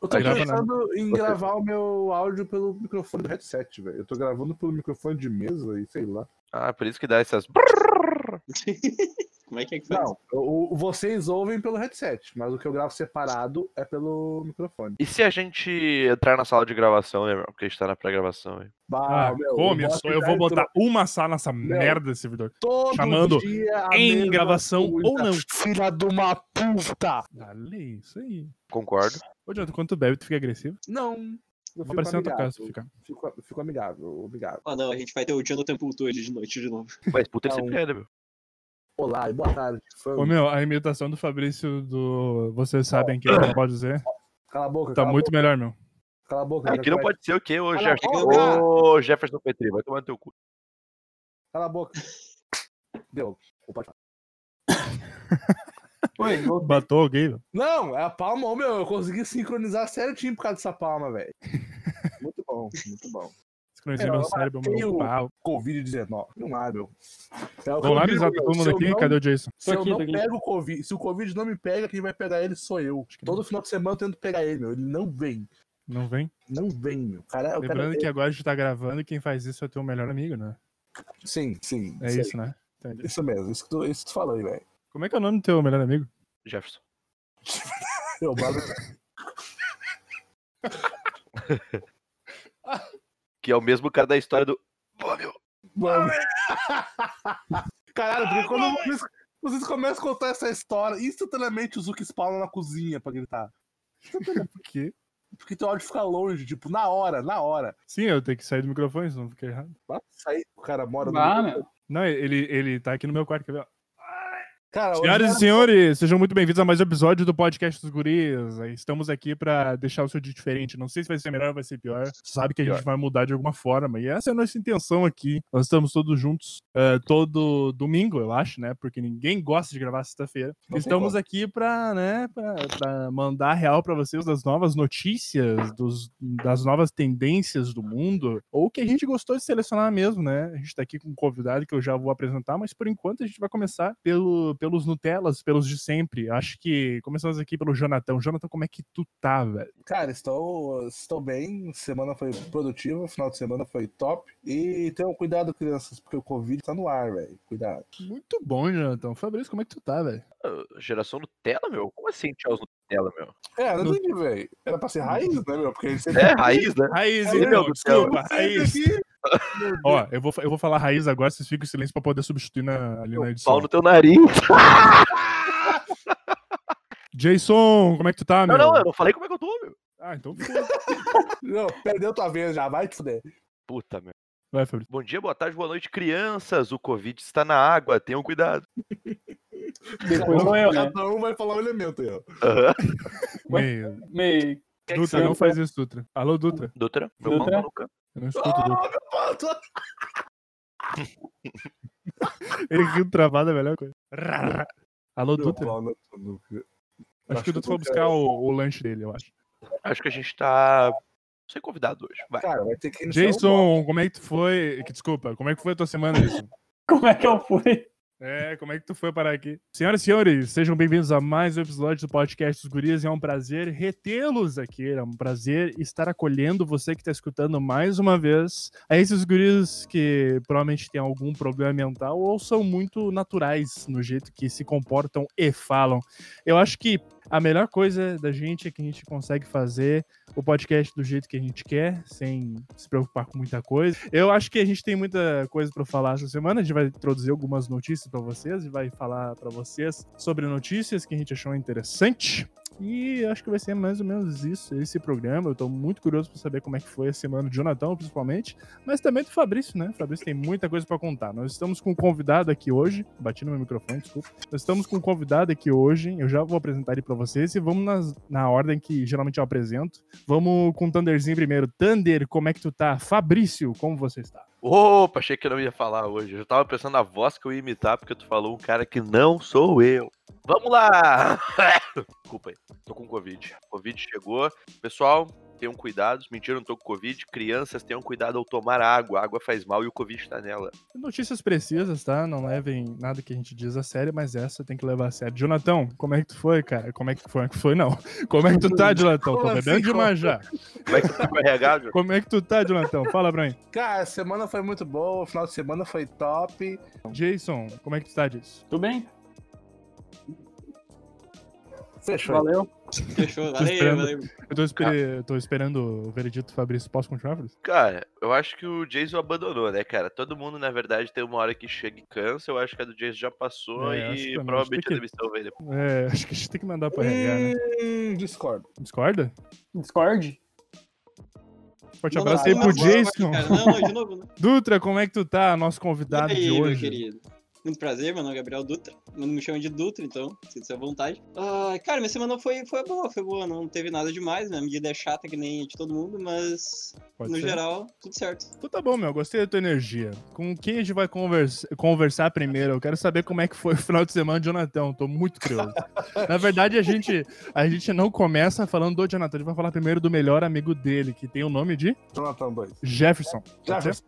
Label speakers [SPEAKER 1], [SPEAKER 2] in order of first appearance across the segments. [SPEAKER 1] Eu tô
[SPEAKER 2] Tá
[SPEAKER 3] é
[SPEAKER 2] gravando?
[SPEAKER 1] pensando em gravar o meu áudio pelo microfone do headset, velho. Eu tô gravando pelo microfone de mesa e sei lá.
[SPEAKER 2] Ah, é por isso que dá essas.
[SPEAKER 4] Como é que é que faz?
[SPEAKER 1] Não, o, o- vocês ouvem pelo headset, mas o que eu gravo separado é pelo microfone.
[SPEAKER 2] E se a gente entrar na sala de gravação, né, meu? Porque a gente tá na pré-gravação, velho.
[SPEAKER 1] Bah,
[SPEAKER 3] Ah,
[SPEAKER 1] meu,
[SPEAKER 3] come,
[SPEAKER 1] o Bota
[SPEAKER 3] só eu
[SPEAKER 1] já
[SPEAKER 3] vou
[SPEAKER 1] entrou
[SPEAKER 3] botar uma sala nessa merda desse servidor.
[SPEAKER 1] tá todo
[SPEAKER 3] chamando
[SPEAKER 1] dia a
[SPEAKER 3] em
[SPEAKER 1] mesma
[SPEAKER 3] gravação
[SPEAKER 1] coisa,
[SPEAKER 3] ou não.
[SPEAKER 1] Filha de uma puta!
[SPEAKER 3] Dale, isso aí.
[SPEAKER 2] Concordo.
[SPEAKER 3] Ô, Jonathan, quando tu bebe, tu fica agressivo?
[SPEAKER 1] Não. Eu
[SPEAKER 3] Vou
[SPEAKER 1] fico
[SPEAKER 3] aparecer na tua
[SPEAKER 1] amigável,
[SPEAKER 3] casa, tu fica.
[SPEAKER 1] Fico, fico amigável, obrigado.
[SPEAKER 4] Ah, não, a gente vai ter o Jonathan Pulto hoje de noite de novo.
[SPEAKER 2] Mas puta é ele
[SPEAKER 1] Não.
[SPEAKER 2] sempre era, meu.
[SPEAKER 1] Olá e boa tarde. fã.
[SPEAKER 3] Ô, meu, a imitação do Fabrício do Vocês Sabem Quem Não Pode Dizer
[SPEAKER 1] Cala a boca,
[SPEAKER 3] tá
[SPEAKER 1] cala,
[SPEAKER 3] muito melhor, meu.
[SPEAKER 1] a boca, cala a boca.
[SPEAKER 2] Aqui não pode ser o quê, ô
[SPEAKER 1] Cala a
[SPEAKER 2] Jefferson?
[SPEAKER 4] boca!
[SPEAKER 2] Ô Jefferson Petri, vai tomar no teu cu.
[SPEAKER 1] Cala a boca. Deu. Ou pode falar.
[SPEAKER 4] Oi,
[SPEAKER 3] Batou alguém, velho.
[SPEAKER 1] Não, é a palma, ô, meu. Eu consegui sincronizar certinho por causa dessa palma, velho. Muito bom, muito bom.
[SPEAKER 3] Desconheci meu
[SPEAKER 1] Eu
[SPEAKER 3] cérebro,
[SPEAKER 1] matei
[SPEAKER 3] meu
[SPEAKER 1] o-
[SPEAKER 3] pau.
[SPEAKER 1] Covid-19. Não lá, meu. É o que eu
[SPEAKER 3] Vamos lá
[SPEAKER 1] digo,
[SPEAKER 3] avisar
[SPEAKER 1] meu,
[SPEAKER 3] todo
[SPEAKER 1] se
[SPEAKER 3] mundo
[SPEAKER 1] eu
[SPEAKER 3] aqui?
[SPEAKER 1] não-
[SPEAKER 3] Cadê o Jason?
[SPEAKER 1] Se
[SPEAKER 5] Tô aqui,
[SPEAKER 1] eu
[SPEAKER 5] tô
[SPEAKER 1] não
[SPEAKER 5] aqui.
[SPEAKER 1] pego o Covid, se o Covid não me pega, quem vai pegar ele sou eu. Todo final de semana eu tento pegar ele, meu. Ele não vem.
[SPEAKER 3] Não vem?
[SPEAKER 1] Não vem, meu. O Cara, é- o
[SPEAKER 3] Lembrando
[SPEAKER 1] cara...
[SPEAKER 3] que agora a gente tá gravando e quem faz isso é o teu melhor amigo, né?
[SPEAKER 1] Sim, sim.
[SPEAKER 3] É isso, né? Entendi.
[SPEAKER 1] Isso mesmo, isso que tu, isso que tu falou aí, velho.
[SPEAKER 3] Como é que é o nome do teu melhor amigo?
[SPEAKER 2] Jefferson.
[SPEAKER 1] Eu, mas-
[SPEAKER 2] Que é o mesmo cara da história do. Pô, meu.
[SPEAKER 1] Mano. Caralho, porque quando vocês, vocês começam a contar essa história, instantaneamente o Zuki spawna na cozinha pra gritar.
[SPEAKER 3] Que?
[SPEAKER 1] Porque teu áudio fica longe, tipo, na hora, na hora.
[SPEAKER 3] Sim, eu tenho que sair do microfone, senão fica errado.
[SPEAKER 1] Vai sair, o cara mora no.
[SPEAKER 5] Ah, meu.
[SPEAKER 3] Não, ele, ele tá aqui no meu quarto, quer ver? ó?
[SPEAKER 1] Cara, hoje
[SPEAKER 3] Senhoras e
[SPEAKER 1] era-
[SPEAKER 3] senhores, sejam muito bem-vindos a mais um episódio do Podcast dos Guris. Estamos aqui pra deixar o seu dia diferente. Não sei se vai ser melhor ou vai ser pior. Sabe que a gente vai mudar de alguma forma. E essa é a nossa intenção aqui. Nós estamos todos juntos eh, todo domingo, eu acho, né? Porque ninguém gosta de gravar sexta-feira.
[SPEAKER 1] Não tem
[SPEAKER 3] Estamos
[SPEAKER 1] como.
[SPEAKER 3] aqui pra, né, pra, pra mandar real pra vocês das novas notícias, dos, das novas tendências do mundo. Ou que a gente gostou de selecionar mesmo, né? A gente tá aqui com um convidado que eu já vou apresentar, mas por enquanto a gente vai começar pelo, pelos Nutellas, pelos de sempre. Acho que começamos aqui pelo Jonathan. Jonathan, como é que tu tá, velho?
[SPEAKER 1] Cara, estou, estou bem. Semana foi produtiva, final de semana foi top. E tenham cuidado, crianças, porque o Covid tá no ar, velho. Cuidado.
[SPEAKER 3] Muito bom, Jonathan. Fabrício, como é que tu tá, velho?
[SPEAKER 2] Ah, Geração Nutella, meu? Como assim, Charles Nutella, meu?
[SPEAKER 1] É, eu não entendi, velho. Era pra ser raiz, né, meu? Porque ele sempre.
[SPEAKER 2] É raiz, né?
[SPEAKER 3] Raiz,
[SPEAKER 1] Meu
[SPEAKER 3] então,
[SPEAKER 2] Deus do céu.
[SPEAKER 3] desculpa, raiz. Ó, eu vou, fa- eu vou falar raiz agora, vocês ficam em silêncio pra poder substituir na, ali na edição.
[SPEAKER 2] Pau no teu nariz.
[SPEAKER 3] Jason, como é que tu tá,
[SPEAKER 2] Não,
[SPEAKER 3] meu?
[SPEAKER 2] não, eu não falei como é que eu tô, meu.
[SPEAKER 3] Ah, então
[SPEAKER 1] Não, perdeu tua vez já, vai te fuder.
[SPEAKER 2] Puta, meu.
[SPEAKER 3] vai, Fabrício.
[SPEAKER 2] Bom dia, boa tarde, boa noite, crianças. O Covid está na água, tenham cuidado.
[SPEAKER 5] Depois sou eu, né?
[SPEAKER 1] Cada um vai falar um elemento aí, ó.
[SPEAKER 2] Aham.
[SPEAKER 5] Ué,
[SPEAKER 3] Meio.
[SPEAKER 5] Meio.
[SPEAKER 2] Quer que
[SPEAKER 3] Dutra,
[SPEAKER 2] seja?
[SPEAKER 3] não faz isso, Dutra. Alô, Dutra.
[SPEAKER 2] Doutora, meu mal
[SPEAKER 5] Doutora?
[SPEAKER 2] tá no campo.
[SPEAKER 3] Eu não escuto o Dutra.
[SPEAKER 1] Ah, tô-
[SPEAKER 3] Ele riu travado, é a melhor coisa. Rarra. Alô,
[SPEAKER 1] Meu
[SPEAKER 3] Dutra.
[SPEAKER 1] pau no- no-
[SPEAKER 3] Acho que o Dutra
[SPEAKER 1] eu
[SPEAKER 3] foi
[SPEAKER 1] não
[SPEAKER 3] buscar o, o lanche dele, eu acho.
[SPEAKER 2] Acho que a gente tá sem convidado hoje. Vai.
[SPEAKER 1] Cara, vai ter que iniciar um
[SPEAKER 3] Jason, como é que tu foi? Que, desculpa, como é que foi a tua semana, Jason?
[SPEAKER 5] Como é que eu fui?
[SPEAKER 3] É, como é que tu foi parar aqui? Senhoras e senhores, sejam bem-vindos a mais um episódio do podcast dos Gurias. É um prazer retê-los aqui, é um prazer estar acolhendo você que está escutando mais uma vez. A esses guris que provavelmente têm algum problema mental ou são muito naturais no jeito que se comportam e falam. Eu acho que a melhor coisa da gente é que a gente consegue fazer o podcast do jeito que a gente quer, sem se preocupar com muita coisa. Eu acho que a gente tem muita coisa para falar essa semana. A gente vai introduzir algumas notícias para vocês e vai falar para vocês sobre notícias que a gente achou interessante. E acho que vai ser mais ou menos isso, esse programa. Eu tô muito curioso para saber como é que foi a semana do Jonathan, principalmente, mas também do Fabrício, né? O Fabrício tem muita coisa para contar. Nós estamos com um convidado aqui hoje, bati no meu microfone, desculpa. Nós estamos com um convidado aqui hoje, eu já vou apresentar ele para vocês e vamos nas- na ordem que geralmente eu apresento. Vamos com o Thunderzinho primeiro. Thunder, como é que tu tá? Fabrício, como você está?
[SPEAKER 2] Opa, achei que eu não ia falar hoje. Eu já tava pensando na voz que eu ia imitar, porque tu falou um cara que não sou eu. Vamos lá! Desculpa aí, tô com Covid. Covid chegou. Pessoal, tenham cuidado. Mentira, eu não tô com Covid. Crianças, tenham cuidado ao tomar água. A água faz mal e o Covid tá nela.
[SPEAKER 3] Notícias precisas, tá? Não levem nada que a gente diz a sério, mas essa tem que levar a sério. Jonathan, como é que tu foi, cara? Como é que foi? Como é que foi, não. Como é que tu tá, Jonathan? Tô
[SPEAKER 1] Como assim,
[SPEAKER 3] bebendo de
[SPEAKER 1] como-
[SPEAKER 3] já.
[SPEAKER 2] Como é que tu tá com RH, Ju?
[SPEAKER 3] Como é que tu tá, Jonathan? Fala pra mim.
[SPEAKER 1] Cara, a semana foi muito boa, o final de semana foi top.
[SPEAKER 3] Jason, como é que tu tá disso?
[SPEAKER 5] Tudo bem?
[SPEAKER 1] Fechou.
[SPEAKER 5] Valeu.
[SPEAKER 4] Fechou, valeu,
[SPEAKER 3] esperando.
[SPEAKER 4] valeu.
[SPEAKER 3] Eu tô, esper- tô esperando o veredito, Fabrício. Posso continuar, Fabrício?
[SPEAKER 2] Cara, eu acho que o Jason abandonou, né, cara? Todo mundo, na verdade, tem uma hora que chega e cansa. Eu acho que a do Jason já passou
[SPEAKER 3] É, acho que
[SPEAKER 2] e
[SPEAKER 3] também.
[SPEAKER 2] provavelmente
[SPEAKER 3] Tem
[SPEAKER 2] a
[SPEAKER 3] que-
[SPEAKER 2] demissão veio depois.
[SPEAKER 3] É, acho que a gente tem que mandar pra RH, né?
[SPEAKER 1] Hum, discordo.
[SPEAKER 3] Discorda?
[SPEAKER 5] Discord?
[SPEAKER 3] Forte
[SPEAKER 4] Não,
[SPEAKER 3] abraço
[SPEAKER 4] não,
[SPEAKER 3] aí pro
[SPEAKER 4] não, não, vai,
[SPEAKER 3] Jason.
[SPEAKER 4] cara. Não, não, de novo, né?
[SPEAKER 3] Dutra, como é que tu tá? Nosso convidado
[SPEAKER 4] Olha
[SPEAKER 3] de
[SPEAKER 4] aí, meu
[SPEAKER 3] hoje.
[SPEAKER 4] querido. Muito prazer, meu nome é Gabriel Dutra. Mas não me chama de Dutra, então, sinta-se à vontade. Ah, cara, minha semana foi, foi boa, foi boa. Não teve nada demais, né? A medida é chata que nem a de todo mundo, mas
[SPEAKER 3] Pode
[SPEAKER 4] no
[SPEAKER 3] ser?
[SPEAKER 4] geral, tudo certo.
[SPEAKER 3] Então tá bom, meu. Gostei da tua energia. Com quem a gente vai conversa- conversar primeiro? Eu quero saber como é que foi o final de semana de Jonathan. Tô muito curioso. Na verdade, a gente, a gente não começa falando do Jonathan. A gente vai falar primeiro do melhor amigo dele, que tem o nome de
[SPEAKER 1] Jonathan 2.
[SPEAKER 2] É,
[SPEAKER 3] Jefferson.
[SPEAKER 1] Já
[SPEAKER 3] Pode ser?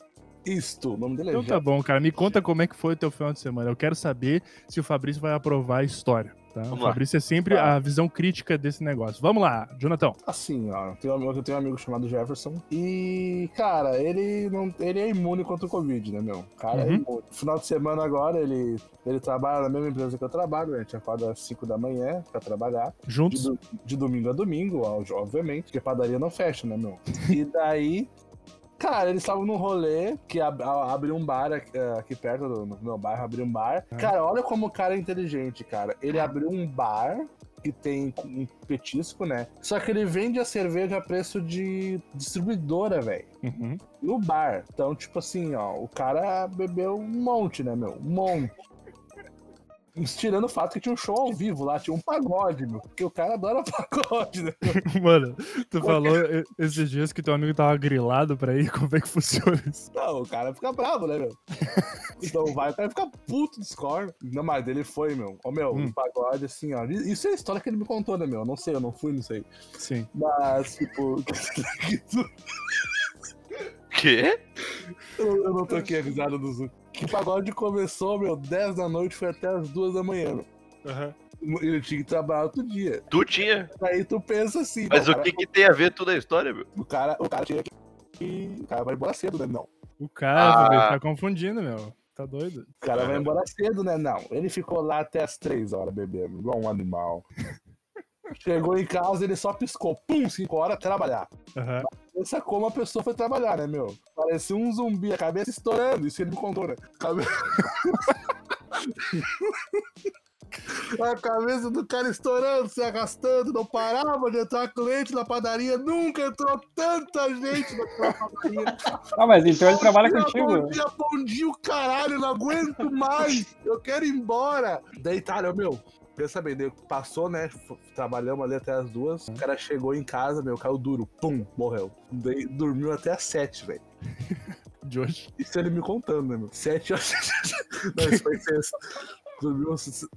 [SPEAKER 1] Isto, o nome dele é
[SPEAKER 3] Tá Então tá bom, cara. Me conta como é que foi o teu final de semana. Eu quero saber se o Fabrício vai aprovar a história. Tá? O
[SPEAKER 2] Vamos lá. Tá.
[SPEAKER 3] Fabrício é sempre a visão crítica desse negócio. Vamos lá, Jonathan.
[SPEAKER 1] Assim, ó, eu tenho, um amigo- eu tenho um amigo chamado Jefferson. E, cara, ele não ele é imune contra o Covid, né, meu? O Cara, é
[SPEAKER 3] Uhum.
[SPEAKER 1] imune. Final de semana agora, ele, ele trabalha na mesma empresa que eu trabalho, né? A gente acorda às 5 da manhã pra trabalhar. De,
[SPEAKER 3] Juntos.
[SPEAKER 1] do- de domingo a domingo, ó, obviamente, porque a padaria não fecha, né, meu? E daí. Cara, eles estavam num rolê que ab a- abriu um bar aqui, eh, aqui perto do no meu bairro, abriu um bar.
[SPEAKER 3] Ah.
[SPEAKER 1] Cara, olha como o cara é inteligente, cara. Ele abriu um bar que tem um petisco, né? Só que ele vende a cerveja a preço de distribuidora, velho.
[SPEAKER 3] Uhum.
[SPEAKER 1] No bar. Então, tipo assim, ó, o cara bebeu um monte, né, meu? Um monte. Tirando o fato que tinha um show ao vivo lá, tinha um pagode, meu. Porque o cara adora pagode, né?
[SPEAKER 3] Mano, tu falou e- esses dias que teu amigo tava grilado pra ir, como é que funciona isso?
[SPEAKER 1] Não, o cara fica bravo, né, meu? Então vai, o cara fica puto do score. Não, mas ele foi, meu. Ô, meu,
[SPEAKER 3] Hum.
[SPEAKER 1] um pagode assim, ó. Isso é a história que ele me contou, né, meu? Eu não sei, eu não fui, não sei.
[SPEAKER 3] Sim.
[SPEAKER 1] Mas, tipo,
[SPEAKER 2] Quê?
[SPEAKER 1] eu, eu não tô aqui avisado do Zoom. Que pagode começou, meu, 10 da noite, foi até as 2 da manhã, meu. Ele tinha que trabalhar outro dia.
[SPEAKER 2] Tu tinha.
[SPEAKER 1] Aí tu pensa assim,
[SPEAKER 2] Mas
[SPEAKER 1] pô,
[SPEAKER 2] o que, que tem a ver toda a história, meu?
[SPEAKER 1] O cara, o cara tinha que. O cara vai embora cedo, né? Não. O
[SPEAKER 3] O cara, Fabrício,
[SPEAKER 2] Ah.
[SPEAKER 3] tá confundindo, meu. Tá doido?
[SPEAKER 1] cara vai embora cedo, né? Não. Ele ficou lá até as três horas bebendo, igual um animal. Chegou em casa, ele só piscou. Pum, cinco horas, trabalhar.
[SPEAKER 3] Aham.
[SPEAKER 1] Pensa como a pessoa foi trabalhar, né, meu? Parecia um zumbi, a cabeça estourando. Isso ele me contou, né? Cabe- a cabeça do cara estourando, se arrastando, não parava de entrar cliente na padaria. Nunca entrou tanta gente naquela padaria.
[SPEAKER 5] Ah, mas então ele trabalha
[SPEAKER 1] Bom dia,
[SPEAKER 5] contigo.
[SPEAKER 1] Bom dia, bom dia, o caralho, eu não aguento mais, eu quero ir embora. Daí, cara, meu, pensa bem, daí passou, né, f- trabalhamos ali até as duas, o cara chegou em casa, meu, caiu duro, pum, morreu. Daí dormiu até as sete, velho.
[SPEAKER 3] De hoje.
[SPEAKER 1] Isso ele me contando, né, meu? Sete horas. não, isso foi sexta. Dormiu,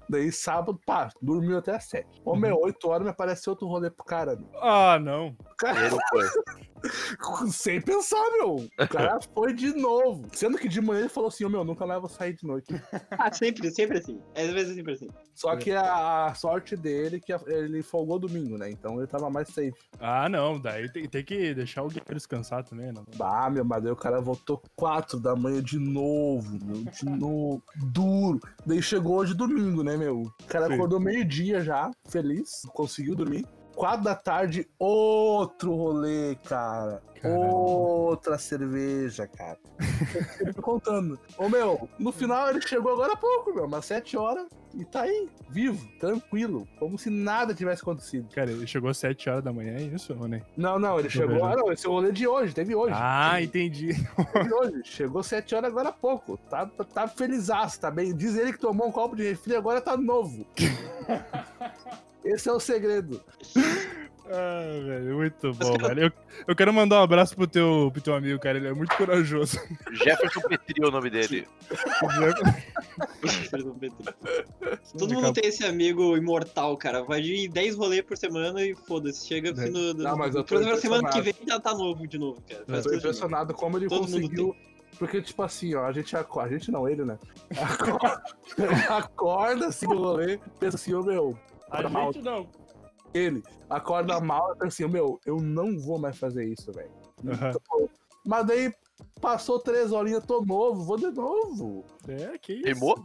[SPEAKER 1] daí sábado, pá, dormiu até as sete. Ô, meu, oito horas me apareceu outro rolê pro cara, meu.
[SPEAKER 3] Ah, não.
[SPEAKER 2] Ele não foi.
[SPEAKER 1] Sem pensar, meu. O cara foi de novo. Sendo que de manhã ele falou assim: Ô meu, nunca mais vou sair de noite.
[SPEAKER 4] Ah, sempre, sempre assim. Às vezes é sempre assim.
[SPEAKER 1] Só que a, a sorte dele é que a- ele folgou domingo, né? Então ele tava mais safe.
[SPEAKER 3] Ah, não. Daí tem, tem que deixar o guerreiro descansar também, né? não.
[SPEAKER 1] Ah, meu, mas daí o cara voltou quatro da manhã de novo, meu, de novo, duro. Daí chegou hoje domingo, né, meu? O cara
[SPEAKER 3] Sim.
[SPEAKER 1] acordou meio-dia já, feliz, conseguiu dormir. Quatro da tarde, outro rolê, cara.
[SPEAKER 3] Caralho.
[SPEAKER 1] Outra cerveja, cara. Eu tô contando. Ô, meu, no final ele chegou agora há pouco, meu, umas sete horas, e tá aí, vivo, tranquilo, como se nada tivesse acontecido.
[SPEAKER 3] Cara, ele chegou às 7 horas da manhã, é isso, ou nem?
[SPEAKER 1] Não, não, ele
[SPEAKER 3] Tô
[SPEAKER 1] chegou.
[SPEAKER 3] vendo.
[SPEAKER 1] Ah, não, esse é o rolê de hoje, teve hoje.
[SPEAKER 3] Ah, entendi.
[SPEAKER 1] Teve hoje. Chegou 7 horas agora há pouco. Tá, tá felizaço, tá bem. Diz ele que tomou um copo
[SPEAKER 4] assim.
[SPEAKER 1] de refri agora tá novo. Esse é o segredo.
[SPEAKER 3] Ah, velho, muito bom, velho. Eu, eu quero mandar um abraço pro teu, pro teu amigo, cara. Ele é muito corajoso.
[SPEAKER 2] Jefferson Petri é o nome dele.
[SPEAKER 4] Todo mundo tem esse amigo imortal, cara. Vai de 10 rolê por semana e foda-se. Chega
[SPEAKER 3] Né?
[SPEAKER 4] no fim do. do-
[SPEAKER 1] Não, mas eu tô
[SPEAKER 4] quando vai semana que
[SPEAKER 1] impressionado.
[SPEAKER 4] vem já tá novo de novo, cara.
[SPEAKER 1] Eu tô
[SPEAKER 4] Faz tudo de novo.
[SPEAKER 1] impressionado como ele
[SPEAKER 4] É. Todo mundo
[SPEAKER 1] conseguiu. Porque, tipo assim, ó, a gente acorda. A gente não, ele, né? Acorda, acorda assim no rolê, pensa assim, ô meu. acorda mal.
[SPEAKER 3] não.
[SPEAKER 1] Ele acorda mal, pensa assim, ô meu, eu não vou mais fazer isso, velho. Então, Mas daí passou três horinhas, tô novo, vou de novo.
[SPEAKER 3] É, que isso.
[SPEAKER 2] Queimou?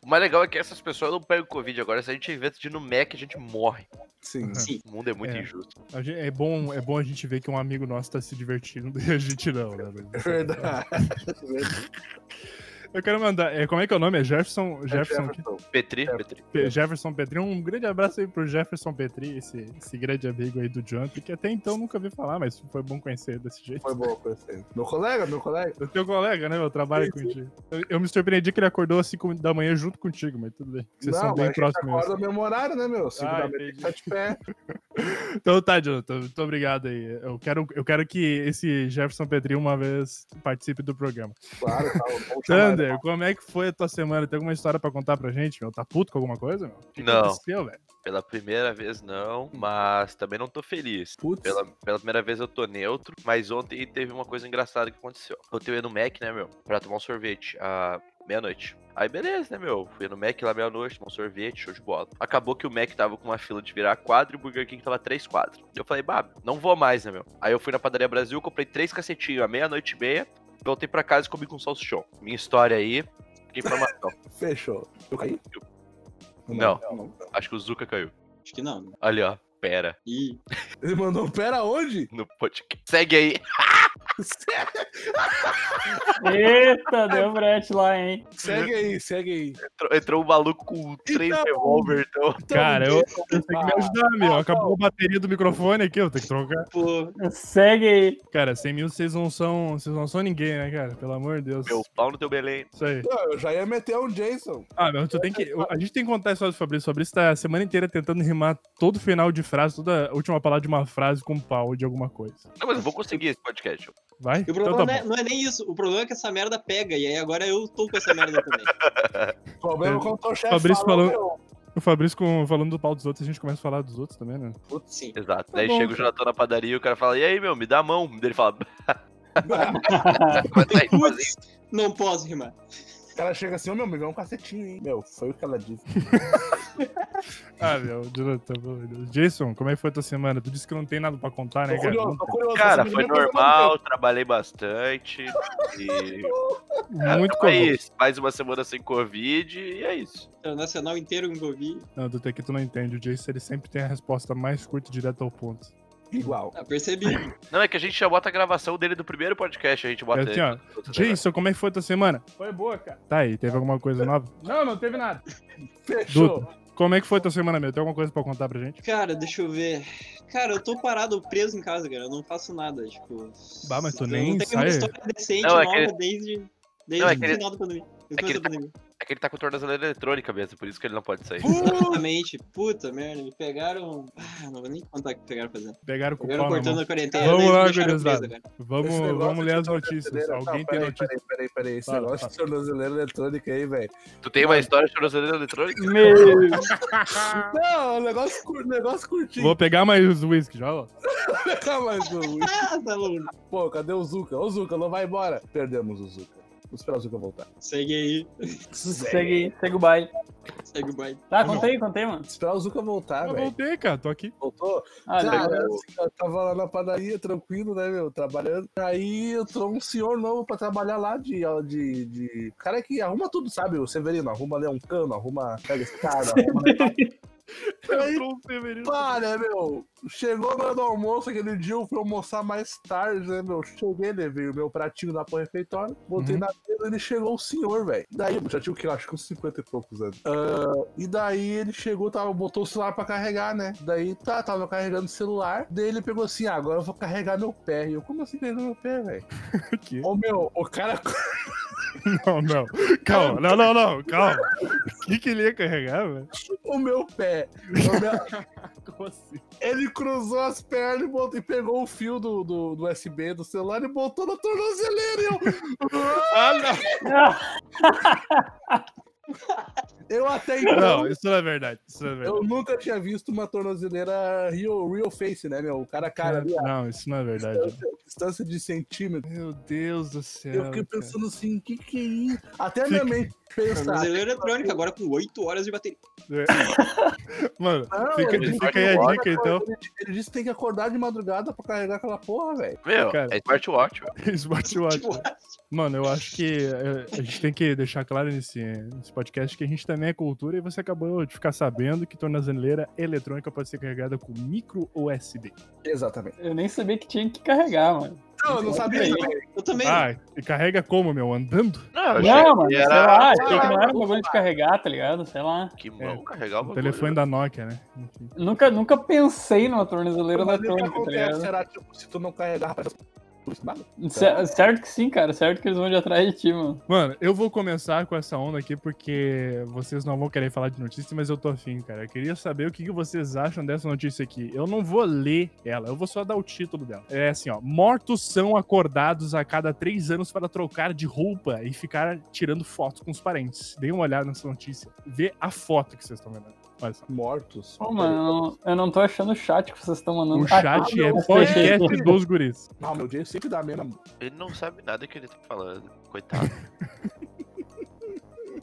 [SPEAKER 2] O mais legal é que essas pessoas não pegam Covid agora. Se a gente inventa de ir no Mac, a gente morre.
[SPEAKER 1] Sim.
[SPEAKER 4] Sim.
[SPEAKER 2] O mundo é muito
[SPEAKER 3] É.
[SPEAKER 2] injusto.
[SPEAKER 3] A gente- é, bom, é bom a gente ver que um amigo nosso tá se divertindo e a gente não, né? velho?
[SPEAKER 1] É verdade.
[SPEAKER 3] É, Eu quero mandar. é, como é que é o nome? É Jefferson. Jefferson,
[SPEAKER 2] Petri,
[SPEAKER 1] É.
[SPEAKER 2] Petri.
[SPEAKER 3] Pe- Jefferson Petri. Um grande abraço aí pro Jefferson Petri, esse, esse grande amigo aí do Jump, que até então nunca vi falar, mas foi bom conhecer desse jeito.
[SPEAKER 1] Foi boa conhecer. Meu colega, meu colega.
[SPEAKER 3] O teu colega, né? Eu trabalho contigo. Eu, eu me surpreendi que ele acordou às 5 da manhã junto contigo, mas tudo bem. Vocês
[SPEAKER 1] não,
[SPEAKER 3] são
[SPEAKER 1] mas
[SPEAKER 3] bem
[SPEAKER 1] a gente
[SPEAKER 3] próximos.
[SPEAKER 1] acorda mesmo horário, né, meu? Cinco da
[SPEAKER 3] Ah,
[SPEAKER 1] manhã tem que
[SPEAKER 3] entendi.
[SPEAKER 1] tá de pé.
[SPEAKER 3] Então tá, Jonathan, muito obrigado aí. Eu quero, eu quero que esse Jefferson Petri uma vez participe do programa.
[SPEAKER 1] Claro, tá. bom trabalho.
[SPEAKER 3] Thunder, como é que foi a tua semana? Tem alguma história pra contar pra gente, meu? Tá puto com alguma coisa, meu? O que
[SPEAKER 2] Não.
[SPEAKER 3] aconteceu, velho?
[SPEAKER 2] Pela primeira vez, não, mas também não tô feliz.
[SPEAKER 1] Putz.
[SPEAKER 2] Pela, pela primeira vez eu tô neutro, mas ontem teve uma coisa engraçada que aconteceu. Eu tenho ido no Mac, né, meu? Pra tomar um sorvete à meia-noite. Aí beleza, né, meu? Fui no Mac lá meia-noite, tomar um sorvete, show de bola. Acabou que o Mac tava com uma fila de virar quadro e o Burger King tava três quadros. Eu falei, bah, não vou mais, né, meu? Aí eu fui na padaria Brasil, comprei três cacetinhos à meia-noite e meia, voltei pra casa e comi com salsichão. Minha história aí, que informação.
[SPEAKER 1] Fechou. Eu caí?
[SPEAKER 2] Não. Acho que o Zuka caiu.
[SPEAKER 4] Acho que não. né?
[SPEAKER 2] Ali, ó. Pera,
[SPEAKER 4] Ih,
[SPEAKER 1] Ele mandou um pera onde?
[SPEAKER 2] no podcast. Segue aí.
[SPEAKER 5] Eita, deu um brete lá, hein?
[SPEAKER 1] segue aí, segue aí.
[SPEAKER 2] Entrou, entrou um maluco com três
[SPEAKER 1] Então-
[SPEAKER 2] revólver, então.
[SPEAKER 1] Então, Ah,
[SPEAKER 3] Cara, eu,
[SPEAKER 1] deixa
[SPEAKER 3] eu tenho que me ajudar, meu. Acabou a bateria do microfone aqui, eu tenho que trocar.
[SPEAKER 4] pô.
[SPEAKER 5] Segue aí.
[SPEAKER 3] Cara, 100 mil vocês não são. Vocês não são ninguém, né, cara? Pelo amor de Deus.
[SPEAKER 2] Meu pau no teu Belém.
[SPEAKER 3] Isso aí.
[SPEAKER 1] Não, eu já ia meter um Jason.
[SPEAKER 3] Ah, meu, tu tem que. A gente tem que contar a história do Fabrício. O Fabrício tá a semana inteira tentando rimar todo final de frase, toda última palavra de uma frase com pau de alguma coisa.
[SPEAKER 2] Não, mas eu vou conseguir esse podcast.
[SPEAKER 3] Vai?
[SPEAKER 4] E o
[SPEAKER 3] Então
[SPEAKER 4] problema
[SPEAKER 3] tá
[SPEAKER 4] não,
[SPEAKER 3] bom.
[SPEAKER 4] é, não é nem isso. O problema é que essa merda pega. E aí agora eu tô com essa merda também.
[SPEAKER 1] O problema é quando o teu chefe
[SPEAKER 3] Fabrício
[SPEAKER 1] fala,
[SPEAKER 3] falou-
[SPEAKER 1] "Meu,
[SPEAKER 3] O Fabrício com- falando do pau dos outros, a gente começa a falar dos outros também, né?
[SPEAKER 4] Sim.
[SPEAKER 2] Exato.
[SPEAKER 3] Tá
[SPEAKER 2] Daí
[SPEAKER 3] bom,
[SPEAKER 2] chega o
[SPEAKER 3] cara.
[SPEAKER 2] Jonathan na padaria e o cara fala: E aí, meu, me dá a mão. Daí ele fala: Mas
[SPEAKER 4] Putz, não posso rimar.
[SPEAKER 1] O cara chega assim, ô meu, me dá um cacetinho, hein? Meu, foi o que ela disse.
[SPEAKER 3] Ah, meu, Jonathan, pelo amor de Deus. Jason, como é que foi a tua semana? Tu disse que não tem nada pra contar,
[SPEAKER 1] Tô
[SPEAKER 3] né, cara?
[SPEAKER 1] curioso, tô curioso.
[SPEAKER 2] Cara,
[SPEAKER 1] Você
[SPEAKER 2] foi
[SPEAKER 1] me deu
[SPEAKER 2] normal, trabalhei bastante. E... Cara,
[SPEAKER 3] Muito
[SPEAKER 2] então é
[SPEAKER 3] comum.
[SPEAKER 2] isso. Mais uma semana sem Covid e é isso.
[SPEAKER 4] Internacional inteiro me envolvi.
[SPEAKER 3] Não, do que tu não entende. O Jason, ele sempre tem a resposta mais curta e direta ao ponto.
[SPEAKER 1] Igual.
[SPEAKER 4] Ah, percebi.
[SPEAKER 2] Não, é que a gente já bota a gravação dele do primeiro podcast, a gente bota
[SPEAKER 3] É assim, ó, Jason, como é que foi a tua semana?
[SPEAKER 5] Foi boa, cara.
[SPEAKER 3] Tá aí, teve alguma coisa nova?
[SPEAKER 5] Não, não teve nada.
[SPEAKER 1] Fechou.
[SPEAKER 3] Como é que foi a tua semana, meu? Tem alguma coisa pra contar pra gente?
[SPEAKER 4] Cara, deixa eu ver. Cara, eu tô parado preso em casa, cara. Eu não faço nada, tipo.
[SPEAKER 3] Bah, mas tu
[SPEAKER 4] eu
[SPEAKER 3] nem
[SPEAKER 4] não tenho
[SPEAKER 3] sai.
[SPEAKER 4] uma história decente
[SPEAKER 2] Não, é
[SPEAKER 4] nova
[SPEAKER 2] que
[SPEAKER 4] desde, desde
[SPEAKER 2] Não, é
[SPEAKER 4] o
[SPEAKER 2] que ele-
[SPEAKER 4] final da pandemia. Desde o
[SPEAKER 2] é que
[SPEAKER 4] começo
[SPEAKER 2] ele
[SPEAKER 4] da pandemia.
[SPEAKER 2] É que ele tá com tornozeleira eletrônica mesmo, por isso que ele não pode sair.
[SPEAKER 4] Exatamente. Puta merda, me pegaram. Ah, não vou nem contar o que pegaram fazendo.
[SPEAKER 3] Pegaram com o
[SPEAKER 4] Pegaram
[SPEAKER 3] pau na mão.
[SPEAKER 4] cortando a quarentena.
[SPEAKER 3] Vamos
[SPEAKER 4] e me
[SPEAKER 3] lá,
[SPEAKER 4] deixaram
[SPEAKER 3] gurizada.
[SPEAKER 4] preso, cara.
[SPEAKER 3] Vamos,
[SPEAKER 1] Esse negócio
[SPEAKER 3] vamos ler
[SPEAKER 1] de
[SPEAKER 3] as notícias.
[SPEAKER 1] tornozeleira-
[SPEAKER 3] Alguém
[SPEAKER 1] Não,
[SPEAKER 3] tem
[SPEAKER 1] peraí,
[SPEAKER 3] notícia?
[SPEAKER 1] Peraí, peraí, peraí. Esse
[SPEAKER 3] Fala,
[SPEAKER 1] negócio de tornozeleira eletrônica aí, velho.
[SPEAKER 2] Tu tem uma história de tornozeleira eletrônica?
[SPEAKER 5] Meu.
[SPEAKER 1] Não, o negócio, cur- negócio curtinho.
[SPEAKER 3] Vou pegar mais whisky, já, ó.
[SPEAKER 1] Tá pegar mais um.
[SPEAKER 4] Ah, tá louco.
[SPEAKER 1] Pô, cadê o Zuka? Ô, Zuka, não vai embora. Perdemos o Zuka. Vamos esperar o Zuka voltar.
[SPEAKER 4] Segue aí.
[SPEAKER 5] Segue aí, segue o baile.
[SPEAKER 4] Segue o baile.
[SPEAKER 5] Tá, conta aí, conta aí, mano.
[SPEAKER 1] Esperar o Zuka voltar,
[SPEAKER 3] Eu
[SPEAKER 1] velho.
[SPEAKER 3] Ah, voltei, cara, tô aqui.
[SPEAKER 1] Voltou?
[SPEAKER 5] Ah,
[SPEAKER 1] cara,
[SPEAKER 5] deu-
[SPEAKER 1] assim, eu tava lá na padaria, tranquilo, né, meu? Trabalhando. Aí entrou um senhor novo pra trabalhar lá de. de, de... Cara que arruma tudo, sabe? O Severino, arruma ali um cano, arruma. Pega esse cara, arruma. Aí,
[SPEAKER 3] Entrou um Severino.
[SPEAKER 1] pá, né, meu? Chegou na hora do almoço aquele dia, eu fui almoçar mais tarde, né, meu? Cheguei, levei o meu pratinho lá pro refeitório, botei
[SPEAKER 3] Uhum.
[SPEAKER 1] na mesa, ele chegou o senhor, velho. Daí, já tinha o que? Eu acho que uns 50 e poucos anos. Ah, e daí ele chegou, tava, botou o celular pra carregar, né? Daí, tá, tava carregando o celular. Daí ele pegou assim, ah, agora eu vou carregar meu pé. E eu, como assim carregar meu pé, velho?
[SPEAKER 3] Aqui.
[SPEAKER 1] Ô, meu, o cara...
[SPEAKER 3] Não, não. Calma, não, não, não, calma. O que, que ele ia carregar, velho?
[SPEAKER 1] o meu pé. O meu-
[SPEAKER 3] Como assim?
[SPEAKER 1] Ele cruzou as pernas e, botou- e pegou o fio do, do, do USB do celular e botou na tornozeleira. e Eu,
[SPEAKER 3] Ah, não.
[SPEAKER 1] eu até então.
[SPEAKER 3] Não, isso não é verdade. Isso não é verdade.
[SPEAKER 1] Eu nunca tinha visto uma tornozeleira real, real face, né, meu? O cara, a cara, ali, a
[SPEAKER 3] Não, isso não é verdade.
[SPEAKER 1] distância de centímetro.
[SPEAKER 3] Meu Deus do céu.
[SPEAKER 1] Eu fiquei
[SPEAKER 3] É, cara.
[SPEAKER 1] pensando assim, o que que é isso? Até minha
[SPEAKER 3] Fica-
[SPEAKER 1] mente pensa.
[SPEAKER 4] Tornozeleira eletrônica, é agora com 8 horas de bateria.
[SPEAKER 3] Mano,
[SPEAKER 1] Não,
[SPEAKER 3] fica,
[SPEAKER 1] ele
[SPEAKER 3] fica
[SPEAKER 2] vai
[SPEAKER 3] aí a
[SPEAKER 2] embora,
[SPEAKER 3] dica então.
[SPEAKER 1] Ele, ele disse que tem que acordar de madrugada pra carregar aquela porra, velho.
[SPEAKER 2] Meu,
[SPEAKER 3] Cara.
[SPEAKER 2] é smartwatch, velho.
[SPEAKER 3] Smartwatch. Mano, eu acho que eh, a gente tem que deixar claro nesse, nesse podcast que a gente também é cultura e você acabou de ficar sabendo que tornozeleira eletrônica pode ser carregada com micro USB.
[SPEAKER 1] Exatamente. Então, é
[SPEAKER 5] Eu nem sabia que tinha que carregar, mano.
[SPEAKER 1] Não, eu não sabia.
[SPEAKER 4] Aí,
[SPEAKER 1] também.
[SPEAKER 4] Eu também.
[SPEAKER 3] Ah, e carrega como, meu? Andando?
[SPEAKER 2] Não, eu achei
[SPEAKER 5] Não, mano,
[SPEAKER 2] que
[SPEAKER 5] sei lá,
[SPEAKER 2] era...
[SPEAKER 5] achei que não era um
[SPEAKER 1] Ah,
[SPEAKER 5] bagulho de carregar, tá ligado? Sei lá.
[SPEAKER 2] Que mão,
[SPEAKER 3] É,
[SPEAKER 2] carregar
[SPEAKER 3] O
[SPEAKER 2] o
[SPEAKER 3] telefone da Nokia, né? Enfim.
[SPEAKER 5] Nunca, nunca pensei numa tornozeleira
[SPEAKER 1] Mas o que
[SPEAKER 5] eletrônica, tá
[SPEAKER 1] acontece?
[SPEAKER 5] ligado?
[SPEAKER 1] Será que tipo, se tu não carregar, parece nada?
[SPEAKER 5] Cer- Certo que sim, cara. Certo que eles vão de atrás de ti, mano.
[SPEAKER 3] Mano, eu vou começar com essa onda aqui porque vocês não vão querer falar de notícia, mas eu tô afim, cara. Eu queria saber o que que vocês acham dessa notícia aqui. Eu não vou ler ela, eu vou só dar o título dela. É assim, ó. Mortos são acordados a cada três anos para trocar de roupa e ficar tirando fotos com os parentes. Dêem uma olhada nessa notícia. Vê a foto que vocês estão vendo. Olha só.
[SPEAKER 1] Mortos.
[SPEAKER 5] Pô, mano, eu não, eu não tô achando o chat que vocês estão mandando.
[SPEAKER 3] O chat
[SPEAKER 5] Ah,
[SPEAKER 3] é
[SPEAKER 5] não, achei.
[SPEAKER 3] podcast dos guris.
[SPEAKER 1] Não, meu dia sempre dá a mesma.
[SPEAKER 2] Ele não sabe nada que ele tá falando. Coitado.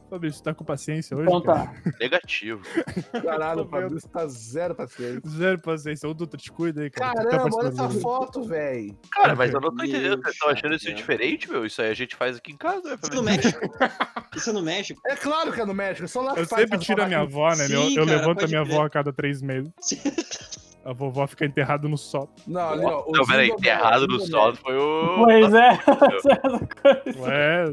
[SPEAKER 3] Fabrício, tá com paciência hoje?
[SPEAKER 5] Então
[SPEAKER 3] cara?
[SPEAKER 5] tá.
[SPEAKER 2] Negativo.
[SPEAKER 1] Caralho,
[SPEAKER 3] Tô
[SPEAKER 1] o Fabrício tá zero paciente.
[SPEAKER 3] Zero paciência. Ô, Dutra, te cuida aí, cara. Tu tá
[SPEAKER 1] Caramba, olha
[SPEAKER 3] participando
[SPEAKER 1] essa
[SPEAKER 3] do-
[SPEAKER 1] foto, velho.
[SPEAKER 2] Cara, mas eu não tô
[SPEAKER 4] Meu
[SPEAKER 2] entendendo. Vocês estão achando isso
[SPEAKER 4] chapéu.
[SPEAKER 2] diferente, meu? Isso aí a gente faz aqui em casa, né?
[SPEAKER 4] Isso no México. Isso no México.
[SPEAKER 1] É claro que é no México, só lá que
[SPEAKER 3] Eu
[SPEAKER 1] faz
[SPEAKER 3] sempre
[SPEAKER 1] essas
[SPEAKER 3] tiro a minha
[SPEAKER 1] barraquinhas.
[SPEAKER 3] avó, né? meu?
[SPEAKER 4] Sim,
[SPEAKER 3] eu
[SPEAKER 4] cara,
[SPEAKER 3] levanto a
[SPEAKER 4] pode
[SPEAKER 3] minha avó
[SPEAKER 4] crer.
[SPEAKER 3] a cada três meses. A vovó fica enterrada no sol.
[SPEAKER 1] Não, ali, ó. é o
[SPEAKER 2] Não, peraí,
[SPEAKER 1] Zindoberg,
[SPEAKER 4] né?
[SPEAKER 2] enterrado no
[SPEAKER 1] Zindoberg.
[SPEAKER 2] solo foi o.
[SPEAKER 5] Pois é, essa coisa.
[SPEAKER 3] É,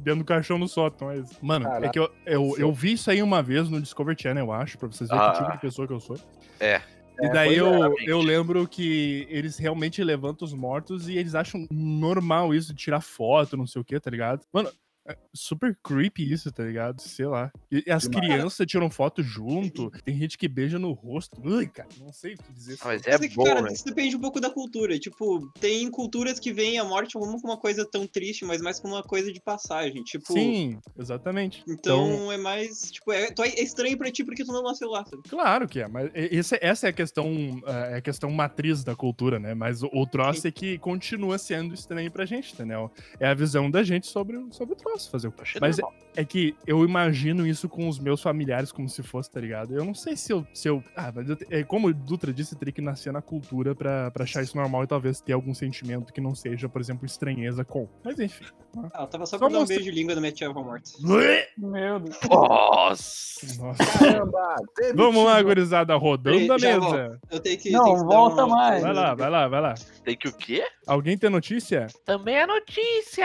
[SPEAKER 3] dentro do caixão no sótão, é isso. Mano, é
[SPEAKER 1] Caraca.
[SPEAKER 3] que eu, eu, eu vi isso aí uma vez no Discovery Channel, eu acho, pra vocês verem que
[SPEAKER 2] Ah.
[SPEAKER 3] tipo de pessoa que eu sou.
[SPEAKER 2] É.
[SPEAKER 3] E daí
[SPEAKER 1] É,
[SPEAKER 3] eu,
[SPEAKER 2] é.
[SPEAKER 3] eu lembro que eles realmente levantam os mortos e eles acham normal isso de tirar foto, não sei o que, tá ligado? Mano, é super creepy isso, tá ligado? Sei lá. E, e as
[SPEAKER 1] Demais.
[SPEAKER 3] crianças tiram foto junto, tem gente que beija no rosto. Ui, cara, não sei o que dizer.
[SPEAKER 2] Ah, mas
[SPEAKER 4] Mas
[SPEAKER 2] é
[SPEAKER 4] que,
[SPEAKER 2] bom,
[SPEAKER 4] cara,
[SPEAKER 2] velho.
[SPEAKER 4] isso depende um pouco da cultura. Tipo, tem culturas que veem a morte como uma coisa tão triste, mas mais como uma coisa de passagem. Tipo,
[SPEAKER 3] Sim, exatamente.
[SPEAKER 4] então, é mais. Tipo, é, tu- é estranho pra ti porque tu não nasceu lá, sabe?
[SPEAKER 3] Claro que é, mas e- esse- essa é a questão, eh, é a questão matriz da cultura, né? Mas o, o troço é que continua sendo estranho pra gente, entendeu? É a visão da gente sobre, o- sobre o troço, fazer o quê?
[SPEAKER 2] Achei
[SPEAKER 3] Mas é,
[SPEAKER 2] normal.
[SPEAKER 3] é que eu imagino isso com os meus familiares como se fosse, tá ligado? Eu não sei se eu. Se eu ah, mas eu te- é, como o Dutra disse, eu teria que nascer na cultura pra, pra achar isso normal e talvez ter algum sentimento que não seja, por exemplo, estranheza com. Mas enfim.
[SPEAKER 4] Ah, eu tava
[SPEAKER 3] Só
[SPEAKER 4] só, pra dar um
[SPEAKER 3] mostra-
[SPEAKER 4] beijo de língua da minha tia avó morta.
[SPEAKER 5] Meu Deus.
[SPEAKER 2] Nossa!
[SPEAKER 3] Nossa.
[SPEAKER 1] Caramba, demitido.
[SPEAKER 3] Vamos lá, gurizada, rodando a
[SPEAKER 4] Ei,
[SPEAKER 3] mesa.
[SPEAKER 4] já volto. Eu tenho que.
[SPEAKER 5] Não,
[SPEAKER 4] tenho que dar
[SPEAKER 5] volta
[SPEAKER 4] uma-
[SPEAKER 5] mais.
[SPEAKER 3] Vai lá, vai lá, vai lá.
[SPEAKER 2] Tem que o quê?
[SPEAKER 3] Alguém tem notícia?
[SPEAKER 2] Também é notícia!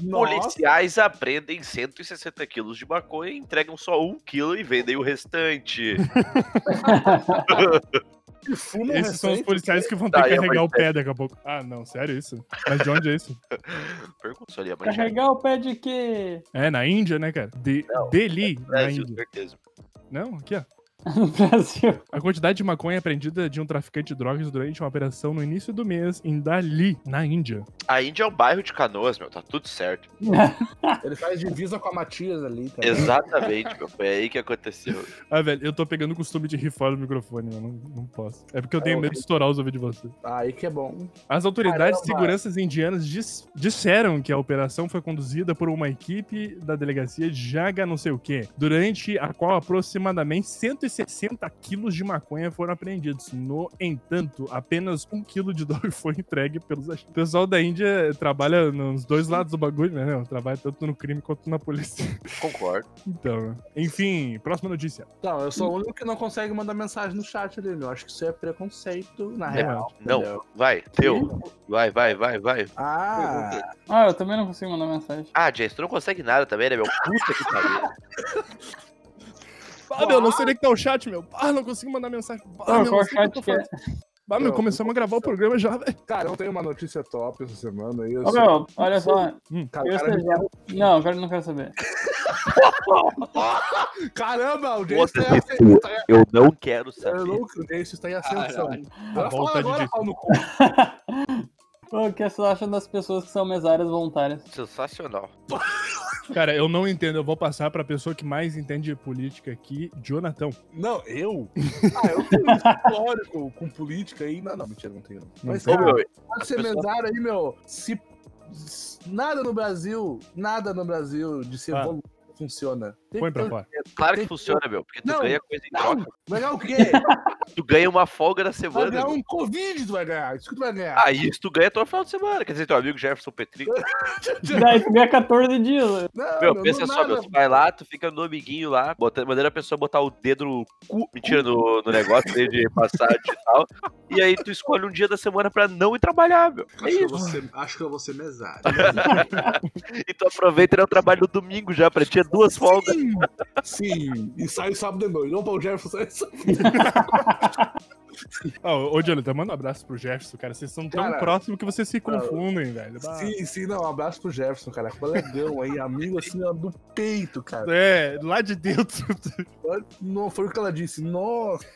[SPEAKER 1] Nossa,
[SPEAKER 2] Policiais apreendem 160 quilos de maconha, entregam só um quilo e vendem o restante.
[SPEAKER 1] que fumo
[SPEAKER 3] Esses são os
[SPEAKER 1] recente,
[SPEAKER 3] policiais que vão ter que
[SPEAKER 2] Daí é
[SPEAKER 3] carregar
[SPEAKER 2] mais
[SPEAKER 3] o pé daqui a pouco. Ah, não, sério isso? Mas de onde é isso?
[SPEAKER 2] Pergunta se ali a mãe já.
[SPEAKER 5] Carregar o pé de quê?
[SPEAKER 3] É na Índia, né, cara? De,
[SPEAKER 2] Não, É,
[SPEAKER 3] Delhi, na
[SPEAKER 2] Brasil,
[SPEAKER 3] Índia.
[SPEAKER 2] certeza.
[SPEAKER 3] Não, aqui, ó.
[SPEAKER 5] No Brasil.
[SPEAKER 3] A quantidade de maconha apreendida de um traficante de drogas durante uma operação no início do mês em Dali, na Índia.
[SPEAKER 2] A Índia é um bairro de canoas, meu, tá tudo certo.
[SPEAKER 1] Ele faz divisa com a Matias ali, tá?
[SPEAKER 2] Exatamente, meu. Foi aí que aconteceu.
[SPEAKER 3] Ah, velho, eu tô pegando o costume de rir fora do microfone, eu não, não posso. É porque eu tenho
[SPEAKER 1] É,
[SPEAKER 3] medo de estourar os ouvidos de você.
[SPEAKER 1] Aí que é bom.
[SPEAKER 3] As autoridades de
[SPEAKER 1] Caramba.
[SPEAKER 3] seguranças indianas dis- disseram que a operação foi conduzida por uma equipe da delegacia de Jaga não sei o quê, durante a qual aproximadamente 160 quilos de maconha foram apreendidos. No entanto, apenas um quilo de droga foi entregue pelos agentes. O pessoal da Índia trabalha nos dois lados do bagulho, né? Trabalha tanto no crime quanto na polícia.
[SPEAKER 2] Concordo.
[SPEAKER 3] Então, né? enfim, próxima notícia.
[SPEAKER 1] Não, eu sou o único que não consegue mandar mensagem no chat ali, meu. Acho que isso é preconceito, na real.
[SPEAKER 2] Não,
[SPEAKER 1] entendeu?
[SPEAKER 2] vai, teu. Vai, vai, vai, vai.
[SPEAKER 1] Ah,
[SPEAKER 5] Ah, eu também não consigo mandar mensagem.
[SPEAKER 2] Ah, Jess, tu não consegue nada também, né, meu? Puta que pariu.
[SPEAKER 3] Ah, meu, não sei nem que tá o chat, meu. Ah, não consigo mandar mensagem. Ah,
[SPEAKER 5] Não,
[SPEAKER 3] meu,
[SPEAKER 5] qual
[SPEAKER 3] não sei o que
[SPEAKER 5] chat
[SPEAKER 3] eu tô
[SPEAKER 5] que é?
[SPEAKER 3] fazendo. Ah, meu, começamos a gravar o programa já, velho.
[SPEAKER 1] cara, eu tenho uma notícia top essa semana. aí eu
[SPEAKER 5] Ô,
[SPEAKER 1] sou- um
[SPEAKER 5] meu, olha só.
[SPEAKER 1] Cara,
[SPEAKER 5] Eu
[SPEAKER 1] o cara me-
[SPEAKER 5] estagiário. Não, agora eu não quero saber.
[SPEAKER 3] é-
[SPEAKER 1] Caramba, o Jason
[SPEAKER 2] Outra
[SPEAKER 1] tá em ascensão.
[SPEAKER 2] pessoa. Eu não quero saber.
[SPEAKER 1] Eu É louco, o Jason tá em ascensão.
[SPEAKER 4] Caralho.
[SPEAKER 1] Vai falar
[SPEAKER 3] Volta de
[SPEAKER 1] agora,
[SPEAKER 3] Jason.
[SPEAKER 1] pau no cu.
[SPEAKER 5] Pô, o que vocês acham das pessoas que são mesárias voluntárias?
[SPEAKER 2] Sensacional.
[SPEAKER 3] Cara, eu não entendo. Eu vou passar pra pessoa que mais entende de política aqui, Jonathan.
[SPEAKER 1] Não, eu? Ah, eu tenho um histórico com política aí. Não, não, mentira, não tenho. Não. é Mas,
[SPEAKER 3] tem,
[SPEAKER 2] Ô,
[SPEAKER 1] cara,
[SPEAKER 2] meu,
[SPEAKER 1] pode ser
[SPEAKER 2] pessoas-
[SPEAKER 1] mesário aí, meu. Se... se- Nada no Brasil, nada no Brasil de ser
[SPEAKER 3] Ah.
[SPEAKER 1] voluntário funciona. Tem
[SPEAKER 3] Põe
[SPEAKER 1] que
[SPEAKER 3] pra
[SPEAKER 1] ter-
[SPEAKER 3] fora.
[SPEAKER 2] é claro
[SPEAKER 1] tem-
[SPEAKER 2] que funciona, meu. Porque tu
[SPEAKER 1] Não,
[SPEAKER 2] ganha coisa em
[SPEAKER 1] Não,
[SPEAKER 2] troca.
[SPEAKER 1] vai ganhar o quê?
[SPEAKER 2] Tu ganha uma folga na
[SPEAKER 1] Vai
[SPEAKER 2] semana.
[SPEAKER 1] ganhar
[SPEAKER 2] meu.
[SPEAKER 1] um Covid, tu vai ganhar. Isso que tu vai ganhar.
[SPEAKER 2] Ah, isso tu ganha todo final de semana. Quer dizer, teu amigo Jefferson Petri.
[SPEAKER 5] Daí tu ganha 14 dias. né?
[SPEAKER 1] Não,
[SPEAKER 2] Meu,
[SPEAKER 1] não,
[SPEAKER 2] pensa
[SPEAKER 1] não
[SPEAKER 2] só,
[SPEAKER 1] nada.
[SPEAKER 2] meu. Tu vai lá, tu fica no amiguinho lá, bota, mandando a pessoa botar o dedo no cu, mentira, no, no negócio dele de passar digital. E aí tu escolhe um dia da semana pra não ir trabalhar, meu.
[SPEAKER 6] Acho
[SPEAKER 2] É
[SPEAKER 6] que, eu
[SPEAKER 2] isso.
[SPEAKER 6] vou ser, acho que eu vou ser mesário.
[SPEAKER 2] E tu aproveita e não trabalha no domingo já, pra ti é duas folgas.
[SPEAKER 1] Sim, sim. E sai sábado de noite. Opa, o Jefferson sai sábado.
[SPEAKER 3] Ó, ô, Jonathan, manda um abraço pro Jefferson, cara. Vocês são tão
[SPEAKER 1] Cara,
[SPEAKER 3] próximos que vocês se confundem, velho. Bah.
[SPEAKER 1] Sim, sim, não. Um abraço pro Jefferson, cara. Colegão aí, amigo assim, ó, do peito, cara.
[SPEAKER 3] É, lá de dentro.
[SPEAKER 1] Não, foi o que ela disse. Nossa.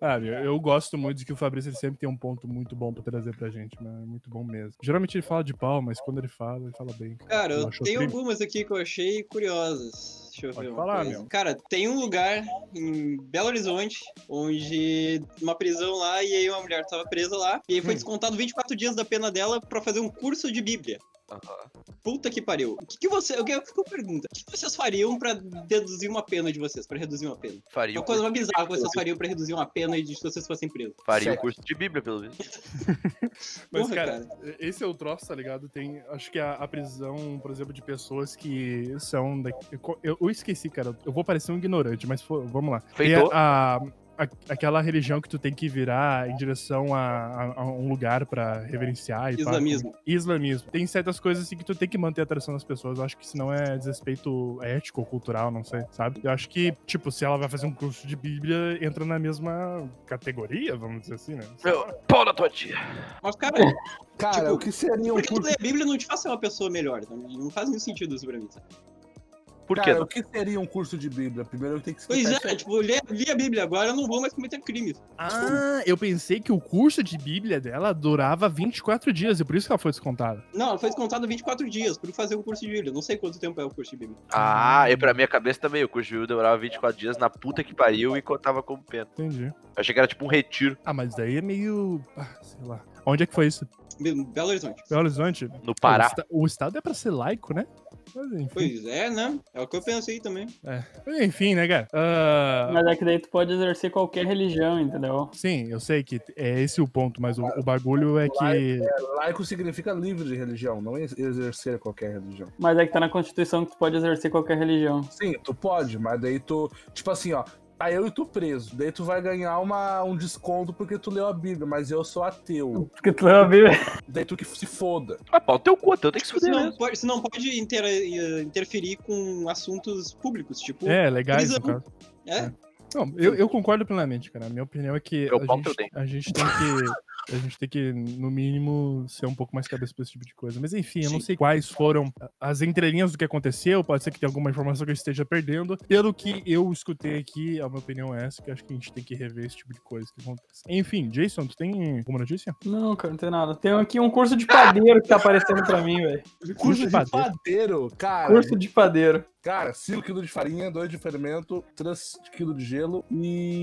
[SPEAKER 3] Ah, meu, eu gosto muito de que o Fabrício ele sempre tem um ponto muito bom pra trazer pra gente, mano. É muito bom mesmo. Geralmente ele fala de pau, mas quando ele fala, ele fala bem.
[SPEAKER 4] Cara, eu
[SPEAKER 3] Achou
[SPEAKER 4] tenho
[SPEAKER 3] crime?
[SPEAKER 4] algumas aqui que eu achei curiosas. Deixa eu
[SPEAKER 3] Pode
[SPEAKER 4] ver uma
[SPEAKER 3] falar,
[SPEAKER 4] coisa.
[SPEAKER 3] meu.
[SPEAKER 4] Cara, tem um lugar em Belo Horizonte, onde uma prisão lá, e aí uma mulher tava presa lá, e aí
[SPEAKER 3] Hum.
[SPEAKER 4] foi descontado 24 dias da pena dela pra fazer um curso de Bíblia.
[SPEAKER 2] Aham.
[SPEAKER 4] Puta que pariu. O que, que você. Eu quero que eu pergunto. O que vocês fariam pra deduzir uma pena de vocês? Pra reduzir uma pena?
[SPEAKER 2] Faria um
[SPEAKER 4] Uma coisa
[SPEAKER 2] curso,
[SPEAKER 4] mais bizarra que vocês fariam pra reduzir uma pena de se vocês fossem presos.
[SPEAKER 2] faria um
[SPEAKER 1] Certo.
[SPEAKER 2] curso de Bíblia, pelo visto.
[SPEAKER 3] Mas,
[SPEAKER 4] Porra,
[SPEAKER 3] cara, esse é o troço, tá ligado? Tem, acho que a, a prisão, por exemplo, de pessoas que são. Da, eu, eu esqueci, cara. Eu vou parecer um ignorante, mas fo- vamos lá. Tem
[SPEAKER 2] Feitou.
[SPEAKER 3] a- a- aquela religião que tu tem que virar em direção a, a- a um lugar pra reverenciar e pá.
[SPEAKER 4] Islamismo.
[SPEAKER 3] Islamismo. Tem certas coisas assim que tu tem que manter a atração das pessoas. Eu acho que senão é desrespeito ético ou cultural, não sei, sabe? Eu acho que, tipo, se ela vai fazer um curso de Bíblia, entra na mesma categoria, vamos dizer assim, né?
[SPEAKER 1] é-
[SPEAKER 2] Meu, pau na tua tia.
[SPEAKER 4] Mas, cara,
[SPEAKER 1] Cara,
[SPEAKER 4] Tipo,
[SPEAKER 1] o que seria um
[SPEAKER 4] porque tu
[SPEAKER 1] curso.
[SPEAKER 4] lê a Bíblia não te faz ser uma pessoa melhor. Não, não faz nenhum sentido isso pra mim. sabe?
[SPEAKER 2] Por quê?
[SPEAKER 1] Cara,
[SPEAKER 2] não?
[SPEAKER 1] o que seria um curso de Bíblia? Primeiro eu tenho que
[SPEAKER 4] Pois
[SPEAKER 1] explicar.
[SPEAKER 4] é, tipo, eu li, li a Bíblia agora, eu não vou mais cometer crimes.
[SPEAKER 3] Ah, eu pensei que o curso de Bíblia dela durava 24 dias, e por isso que ela foi descontada.
[SPEAKER 4] Não, ela foi descontada 24 dias por fazer o curso de Bíblia. Não sei quanto tempo é o curso de Bíblia.
[SPEAKER 2] Ah, e pra minha cabeça também, o curso de Bíblia demorava 24 dias na puta que pariu e contava como pena.
[SPEAKER 3] Entendi.
[SPEAKER 2] Eu achei que era tipo um retiro
[SPEAKER 3] Ah, mas daí é meio. ah, sei lá. Onde é que foi isso?
[SPEAKER 4] Be- Belo Horizonte.
[SPEAKER 3] Belo Horizonte?
[SPEAKER 2] no
[SPEAKER 3] O,
[SPEAKER 2] Pará.
[SPEAKER 3] esta- o Estado é pra ser laico, né? Mas enfim.
[SPEAKER 4] Pois é, né? É o que eu pensei também.
[SPEAKER 3] Enfim, né, cara? Ah,
[SPEAKER 5] Mas é que daí tu pode exercer qualquer religião, entendeu?
[SPEAKER 3] Sim, eu sei que é esse o ponto, mas o, o bagulho é que.
[SPEAKER 1] Laico significa livre de religião, não ex- exercer qualquer religião.
[SPEAKER 5] Mas é que tá na Constituição que tu pode exercer qualquer religião.
[SPEAKER 1] Sim, tu pode, mas daí tu. Tipo assim, ó. Tá eu e tu preso. Daí tu vai ganhar uma, um desconto porque tu leu a Bíblia, mas eu sou ateu.
[SPEAKER 5] Porque tu leu a Bíblia.
[SPEAKER 1] Daí tu que se foda.
[SPEAKER 2] Ah, pau no teu cu, então tem que se
[SPEAKER 4] Você
[SPEAKER 2] fuder
[SPEAKER 4] não
[SPEAKER 3] né?
[SPEAKER 2] mesmo.
[SPEAKER 4] pode, você não pode inter- eh, interferir com assuntos públicos, tipo.
[SPEAKER 3] É, legais,
[SPEAKER 4] Prisão.
[SPEAKER 3] no caso.
[SPEAKER 4] É.
[SPEAKER 3] Não, eu, eu concordo plenamente, cara. A minha opinião é que
[SPEAKER 2] Meu
[SPEAKER 3] a
[SPEAKER 2] pau teu
[SPEAKER 3] gente,
[SPEAKER 2] dente.
[SPEAKER 3] a gente tem que. A gente tem que, no mínimo, ser um pouco mais cabeça pra esse tipo de coisa. Mas enfim, eu não
[SPEAKER 4] Sim.
[SPEAKER 3] sei quais foram as entrelinhas do que aconteceu. Pode ser que tenha alguma informação que eu esteja perdendo. Pelo que eu escutei aqui, a minha opinião é essa, que eu acho que a gente tem que rever esse tipo de coisa que acontece. Enfim, Jason, tu tem alguma notícia?
[SPEAKER 5] Não, cara, não tem nada. Tem aqui um curso de padeiro que tá aparecendo pra mim, velho.
[SPEAKER 1] Curso de
[SPEAKER 3] padeiro.
[SPEAKER 1] padeiro, cara.
[SPEAKER 5] Curso de padeiro.
[SPEAKER 1] Cara, 5 kg de farinha, 2 de fermento, 3 kg de gelo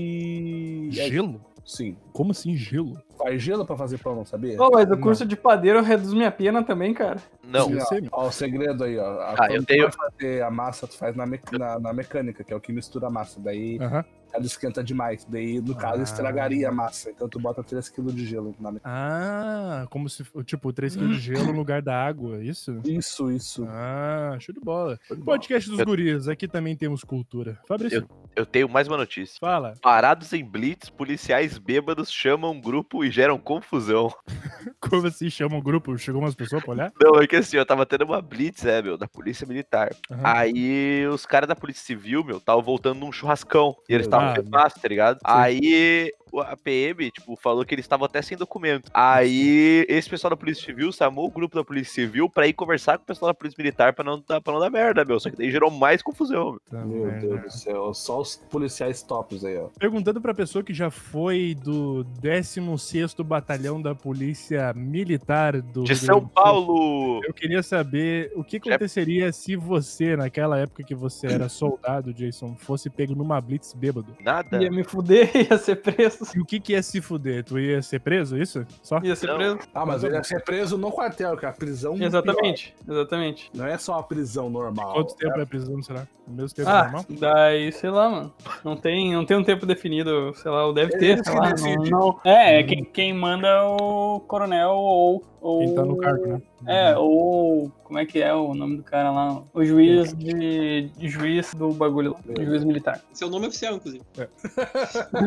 [SPEAKER 1] e. É,
[SPEAKER 3] Gelo?
[SPEAKER 1] sim.
[SPEAKER 3] Como assim gelo?
[SPEAKER 1] Faz gelo pra fazer pão, não sabia?
[SPEAKER 5] Ô, mas o
[SPEAKER 3] Não.
[SPEAKER 5] curso de padeiro reduz minha pena também, cara.
[SPEAKER 2] Não,
[SPEAKER 3] Eu sei,
[SPEAKER 1] Ó, o segredo aí, ó. A-
[SPEAKER 2] Ah,
[SPEAKER 1] quando
[SPEAKER 2] eu
[SPEAKER 1] tu
[SPEAKER 2] tenho-
[SPEAKER 1] vai fazer a massa, tu faz na, me- na- na mecânica, que é o que mistura a massa. Daí
[SPEAKER 3] Aham.
[SPEAKER 1] ela esquenta demais. Daí, no caso,
[SPEAKER 3] Ah.
[SPEAKER 1] estragaria a massa. Então tu bota 3 kg de gelo na mecânica.
[SPEAKER 3] Ah, como se, fo- tipo, 3 kg de gelo no lugar da água, é isso?
[SPEAKER 1] Isso, isso.
[SPEAKER 3] Ah, show de bola. Podcast dos
[SPEAKER 2] Eu-
[SPEAKER 3] guris, aqui também temos cultura. Fabrício,
[SPEAKER 2] eu tenho mais uma notícia.
[SPEAKER 3] fala.
[SPEAKER 2] Parados em blitz, policiais bêbados chamam um grupo e geram confusão.
[SPEAKER 3] Como assim chama o grupo? Chegou umas pessoas pra olhar?
[SPEAKER 2] Não, é que assim, eu tava tendo uma blitz, é, meu, da polícia militar.
[SPEAKER 3] Aham.
[SPEAKER 2] Aí os caras da Polícia Civil, meu, estavam voltando num churrascão. E eles
[SPEAKER 3] Ah,
[SPEAKER 2] estavam pelados, tá ligado? Aí o- a PM, tipo, falou que eles estavam até sem documento. Aí esse pessoal da Polícia Civil chamou o grupo da Polícia Civil pra ir conversar com o pessoal da Polícia Militar pra não, dar- pra não dar merda, meu. Só que daí gerou mais confusão, meu.
[SPEAKER 3] Tá,
[SPEAKER 1] Meu
[SPEAKER 3] merda.
[SPEAKER 1] Deus do céu, só os policiais tops aí, ó.
[SPEAKER 3] Perguntando pra pessoa que já foi do 16º Batalhão da Polícia Militar do
[SPEAKER 2] De
[SPEAKER 3] Rio Grande
[SPEAKER 2] São
[SPEAKER 3] do Sul,
[SPEAKER 2] Paulo!
[SPEAKER 3] Eu queria saber o que aconteceria se você, naquela época que você era soldado, Jason, fosse pego numa blitz bêbado.
[SPEAKER 2] Nada.
[SPEAKER 5] Ia me fuder, ia ser preso.
[SPEAKER 3] E o que, que ia se fuder? Tu ia ser preso, isso? Só?
[SPEAKER 5] Ia ser
[SPEAKER 2] Não.
[SPEAKER 5] preso.
[SPEAKER 1] Ah, mas ele ia ser preso no quartel, que é a prisão. do
[SPEAKER 5] Exatamente, exatamente.
[SPEAKER 1] pior. Não é só a prisão normal.
[SPEAKER 3] Quanto tempo é prisão, será? No mesmo tempo
[SPEAKER 5] Ah,
[SPEAKER 3] normal?
[SPEAKER 5] daí, sei lá, mano. Não tem, não tem um tempo definido, sei lá, ou deve ter,
[SPEAKER 1] Eles
[SPEAKER 5] sei
[SPEAKER 1] que
[SPEAKER 5] lá.
[SPEAKER 1] decidem.
[SPEAKER 5] Não, não- É,
[SPEAKER 3] Uhum.
[SPEAKER 5] é quem, quem manda é o coronel ou, ou.
[SPEAKER 3] Quem tá no cargo, né?
[SPEAKER 5] É, ou. Como é que é o nome do cara lá? O juiz de. de juiz do bagulho lá. Juiz militar.
[SPEAKER 4] Seu nome é oficial, inclusive.